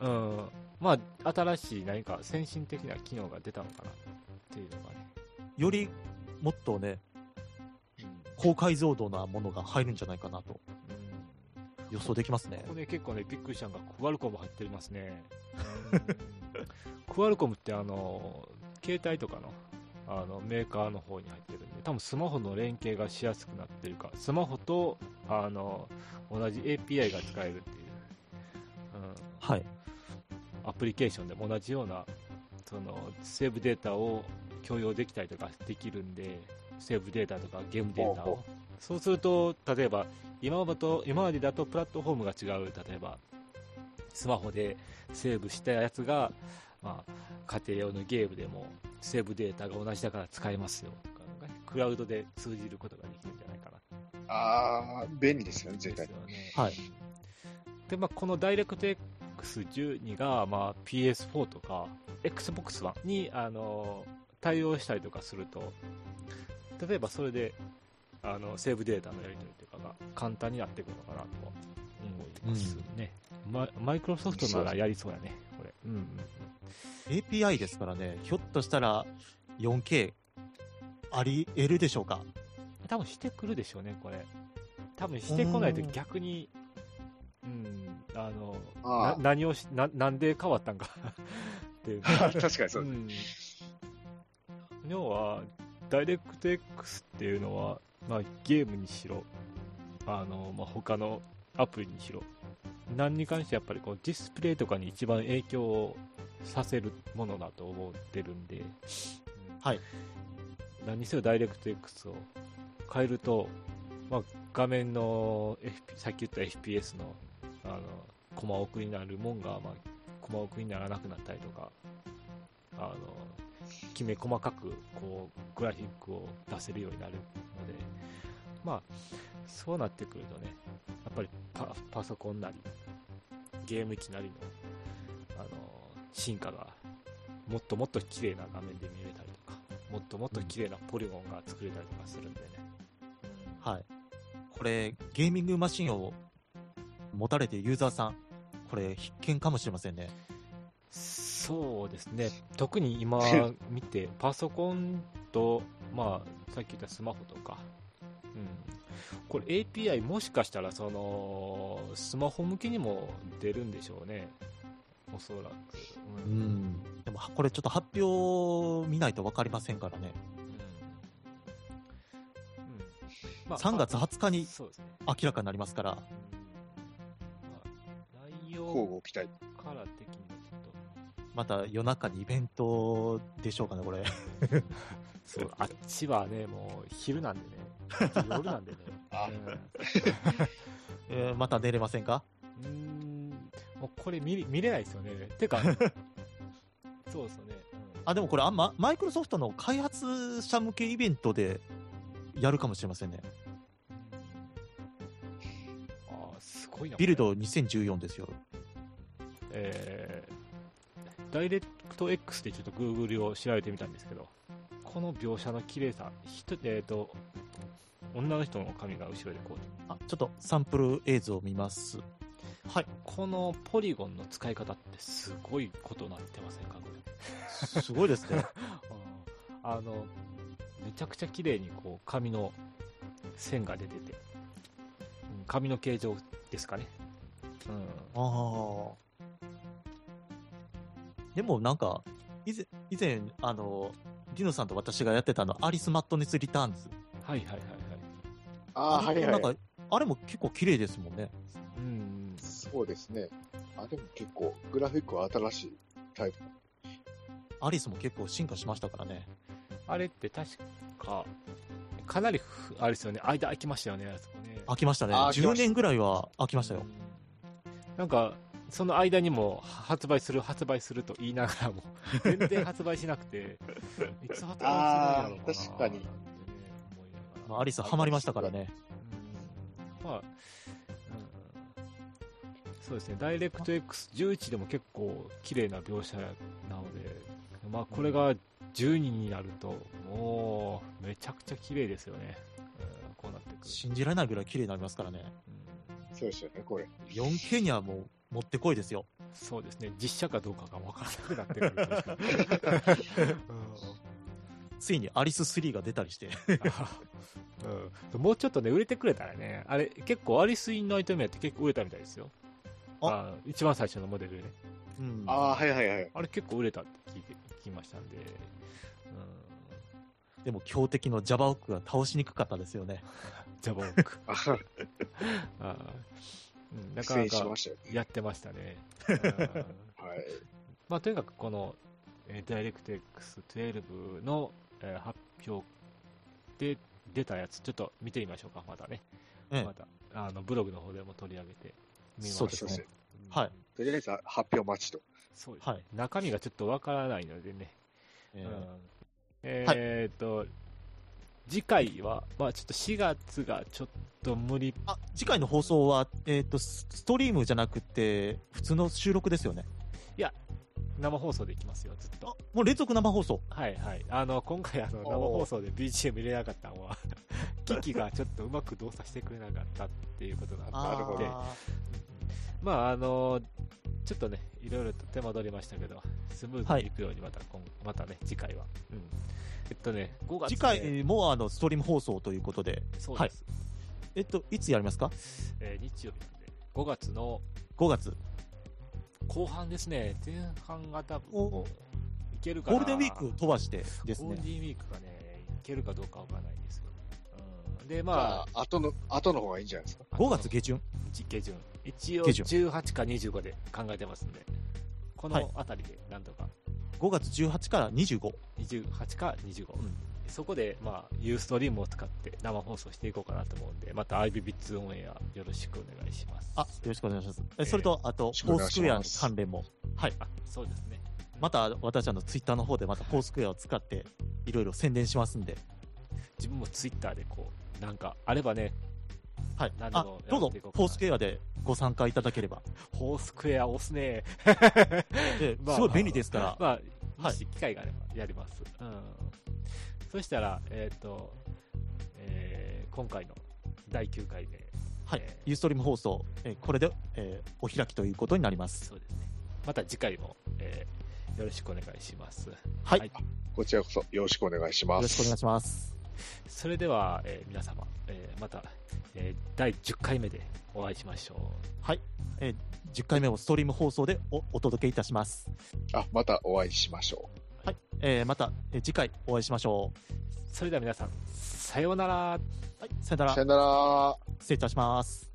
Speaker 2: うん、まあ、新しい何か先進的な機能が出たのかなっていうのがね。
Speaker 4: よりもっとね高解像度なものが入るんじゃないかなと
Speaker 2: うん
Speaker 4: 予想できますね
Speaker 2: ここね、結構ね、びっくりしたのが、クアルコム入ってますね。クアルコムって、あの、携帯とかの、あの、メーカーの方に入ってるんで、多分スマホの連携がしやすくなってるか、スマホと、あの、同じ API が使えるっていう、
Speaker 4: はい
Speaker 2: うん、アプリケーションでも同じような、その、セーブデータを共用できたりとかできるんで、セーブデータとかゲームデータ
Speaker 5: ほう
Speaker 2: を
Speaker 5: ほ。
Speaker 2: そうすると、例えば、今までと今までだとプラットフォームが違う、例えば、スマホでセーブしたやつが、まあ、家庭用のゲームでもセーブデータが同じだから使えますよとかのがね、クラウドで通じることができるんじゃないかな
Speaker 5: ああ、便利ですよね、
Speaker 2: で
Speaker 5: 絶
Speaker 2: すよ
Speaker 5: 対。
Speaker 2: ね。
Speaker 4: はい
Speaker 2: で、まあ、この DirectX12 が、まあ、PS4 とか Xbox One に、あの対応したりとかすると、例えばそれで、あの、セーブデータのやり取りとかが簡単になってくるのかなと思ってますね。まマイクロソフトならやりそうやね、これ。うんうんうん
Speaker 4: API ですからね、ひょっとしたら 4K あり得るでしょうか。
Speaker 2: 多分してくるでしょうね、これ。多分してこないと
Speaker 4: うん
Speaker 2: 逆に、うん、あの、
Speaker 5: ああ
Speaker 2: な何をしな、なんで変わったんか (laughs) っ
Speaker 5: (laughs)
Speaker 2: ていう。
Speaker 5: 確かにそううです。
Speaker 2: ん、要は、ダイレクト X っていうのは、まあ、ゲームにしろ、あの、まあ、他のアプリにしろ、何に関してやっぱりこうディスプレイとかに一番影響をさせるものだと思ってるんで、うん
Speaker 4: はい。
Speaker 2: 何にせよダイレクト X を変えると、まあ、画面の、FP、さっき言った FPS の、あの、コマ送りになるもんが、まあ、駒送りにならなくなったりとか、あの、きめ細かく、こう、グラフィックを出せるようになるので、まあ、そうなってくるとね、やっぱりパパソコンなり、ゲーム機なりの、あの、進化が、もっともっと綺麗な画面で見れたりとか、もっともっと綺麗なポリゴンが作れたりとかするんでね。
Speaker 4: はい。これ、ゲーミングマシンを持たれているユーザーさん、これ必見かもしれませんね。
Speaker 2: そうですね、特に (laughs) 今見て、パソコンと、まあ、さっき言ったスマホとか、うん、これ API もしかしたらそのスマホ向けにも出るんでしょうね、おそらく。う
Speaker 4: うんん。でも、はこれちょっと発表見ないと分かりませんからね。
Speaker 2: うんまあ
Speaker 4: 3月
Speaker 2: あ
Speaker 4: 20日に
Speaker 2: そうですね、
Speaker 4: 明らかになりますから。
Speaker 2: うんまあ、内容
Speaker 5: 交互期待。
Speaker 2: から的にはちょっと。
Speaker 4: また夜中にイベントでしょうかね、これ。
Speaker 2: (laughs) そう、あっちはね、もう昼なんでね、夜なんでね。
Speaker 5: あ
Speaker 4: えーまた出れませんか
Speaker 2: うん、うーんもうこれ見れ見れないですよね。て
Speaker 4: (laughs)
Speaker 2: か、そうですよね。
Speaker 4: あ、でもこれあんま、マイクロソフトの開発者向けイベントでやるかもしれませんね。
Speaker 2: うん、あーすごいな。
Speaker 4: ビルド2014ですよ。
Speaker 2: えー、ダイレクト X でちょっと Google を調べてみたんですけど、この描写の綺麗さ、ひとえっ、と、女の人の髪が後ろでこう、
Speaker 4: あ、ちょっとサンプル映像を見ます。はい。
Speaker 2: このポリゴンの使い方ってすごいことになってませんか、これ。
Speaker 4: すごいです
Speaker 5: (laughs)
Speaker 4: ね。
Speaker 2: あの、めちゃくちゃ綺麗にこう、髪の線が出てて、うん髪の形状ですかね。うん。
Speaker 4: ああ。でもなんか、以前、以前、あの、ディノさんと私がやってたあの、アリス・マットネス・リターンズ。
Speaker 2: はいはいはいはい。
Speaker 5: ああ、
Speaker 4: あ
Speaker 5: は
Speaker 4: れ
Speaker 5: い
Speaker 4: も
Speaker 5: は
Speaker 4: ないん。か、あれも結構綺麗ですもんね。
Speaker 2: うん。
Speaker 5: そうですね。あ、でも結構、グラフィックは新しいタイプ。
Speaker 4: アリスも結構進化しましたからね。
Speaker 2: あれって確か、かなりふ、あれですよね、間空きましたよね、あそこね。
Speaker 4: 飽きましたね。
Speaker 5: あー飽きま
Speaker 4: 10
Speaker 5: した
Speaker 4: 年ぐらいは飽きましたよ。
Speaker 2: うん。なんか、その間にも発売する、発売すると言いながらも、全然発売しなく
Speaker 4: (laughs)
Speaker 2: て、いつ発売するんだろうかな。
Speaker 5: あー確かに
Speaker 2: なんてね思いながら
Speaker 4: まあ、アリスハマりましたからね。
Speaker 2: うんまあ、うん、そうですね、ダイレクト X11 でも結構綺麗な描写なので、まあ、これが12になると、もう、めちゃくちゃ綺麗ですよね、うん、こうなってくる
Speaker 4: 信じられないぐらい綺麗になりますからね。
Speaker 2: と、うん
Speaker 5: そうですよね、これ。
Speaker 4: 4K にはもう、もってこいですよ。
Speaker 2: そうですね、実写かどうかが分からなくなってくる確かにうん
Speaker 4: ついにアリス3が出たりして。
Speaker 2: (laughs) うん、もうちょっとね、売れてくれたらね、あれ、結構、アリス・イン・ナイトメアって結構売れたみたいですよ。あ一番最初のモデルでね。
Speaker 4: うん
Speaker 5: ああ、はいはいはい。
Speaker 2: あれ結構売れたって聞いて、聞きましたんで、
Speaker 4: でも強敵のジャバオックが倒しにくかったですよね。
Speaker 2: うん、ジャバオ
Speaker 4: (laughs)
Speaker 2: ック。
Speaker 5: あは
Speaker 2: あーうん、な
Speaker 5: 苦
Speaker 2: かな
Speaker 5: 戦し
Speaker 2: か
Speaker 5: ましたよね。
Speaker 2: やってましたね。うん
Speaker 5: はい。
Speaker 2: まあ、とにかくこの、えー、DirectX12 の、えー発表で出たやつ、ちょっと見てみましょうか、またね。
Speaker 4: ええ
Speaker 2: また、あの、ブログの方でも取り上げてみましょ
Speaker 4: そうですね。
Speaker 2: うん
Speaker 4: はい。
Speaker 5: とりあえず発表待ちと。
Speaker 2: そうですね
Speaker 4: はい。
Speaker 2: 中身がちょっとわからないのでね、
Speaker 4: え
Speaker 2: うん
Speaker 4: ー
Speaker 2: えーっと、次回は、まあちょっと4月がちょっと無理、
Speaker 4: あ次回の放送は、えー、とスストリームじゃなくて普通の収録ですよね
Speaker 2: 生放送でいきますよ、ずっ
Speaker 4: あ
Speaker 2: と。
Speaker 4: もう連続生放送
Speaker 2: はいはい。あの、今回あの、生
Speaker 5: おー
Speaker 2: 放送で BGM 入れなかったのは、 (laughs) 機器がちょっとうまく動作してくれなかったっていうことがあ
Speaker 5: なる
Speaker 2: っ
Speaker 5: ほ
Speaker 2: て
Speaker 5: ど、
Speaker 4: あ
Speaker 2: まああの、ちょっとね、いろいろと手間取りましたけど、スムーズにいくようにまた、今またね、次回は。うん。えっとね、5
Speaker 4: ー
Speaker 2: 月、ね、
Speaker 4: 次回もあのストリーム放送ということで、
Speaker 2: そう
Speaker 4: はい
Speaker 2: です、
Speaker 4: えっと、いつやりますか
Speaker 2: えー日曜日なんで、5月の
Speaker 4: 5月
Speaker 2: 後半ですね、前半が多分
Speaker 4: お
Speaker 2: いけるか
Speaker 4: ゴ
Speaker 2: な
Speaker 4: ールデンウィーク飛ばしてです
Speaker 2: ゴー
Speaker 4: ね
Speaker 2: ルデンウィークがね、いけるかどうかわからないんですよ。うん、で、
Speaker 5: ま
Speaker 2: ま
Speaker 5: あ、後の、後の方がいいんじゃないですか。
Speaker 2: あ、
Speaker 4: 5月下旬
Speaker 2: あの下旬、一応
Speaker 4: 下旬
Speaker 2: 18か25で考えてますんで、こ
Speaker 4: はい
Speaker 2: のあたりでなんとか、
Speaker 4: 5月18から25
Speaker 2: 28か25、うんそこで、まあ、ユーストリームを使って生放送していこうかなと思うんで、また IBBITS オンエアよろしくお願いします。
Speaker 4: あ、よろしくお願いします。え
Speaker 2: ー
Speaker 4: それと、あと、
Speaker 5: しくお
Speaker 4: ポ
Speaker 5: 願
Speaker 4: ー
Speaker 5: い
Speaker 4: ス
Speaker 5: し
Speaker 4: クエア
Speaker 5: ま
Speaker 4: の
Speaker 5: す
Speaker 4: 関連も。はい。
Speaker 2: あ、そうですね。
Speaker 4: また、私、あの、ツイッターの方で、また、ポースクエアを使って、いろいろ宣伝しますんで。
Speaker 2: 自分もツイッターでこう、なんかあればね、
Speaker 4: はい。
Speaker 2: 何
Speaker 4: あ
Speaker 2: をやっていこうかな、
Speaker 4: どうぞ、ポースクエアでご参加いただければ。
Speaker 2: フォースクエア押すね。
Speaker 4: えー
Speaker 2: (laughs) まあ
Speaker 4: すごい便利ですから。
Speaker 2: まあ、も
Speaker 4: はい
Speaker 2: し機会があればやります。うん。そしたら、えっ、と、えー今回の第9回で、
Speaker 4: はい
Speaker 2: え。ー
Speaker 4: ユーストリーム放送、えーこれで、えーお開きということになります。
Speaker 2: そうですね。また次回も、えーよろしくお願いします。
Speaker 4: はい。
Speaker 2: はい
Speaker 4: よ
Speaker 5: こちらこそよろしくお願いします。
Speaker 4: ろしくお願いします。
Speaker 2: それでは、えー皆様、えーまた、えー第10回目でお会いしましょう。
Speaker 4: 10回目をストリーム放送でおお届けいたします。
Speaker 5: あ、またお会いしましょう。
Speaker 4: はい。えーまた、えー次回お会いしましょ
Speaker 2: それでは皆さん、さようなら。
Speaker 4: う。はい。さよなら
Speaker 5: さ。よなら。
Speaker 4: 失礼いたします。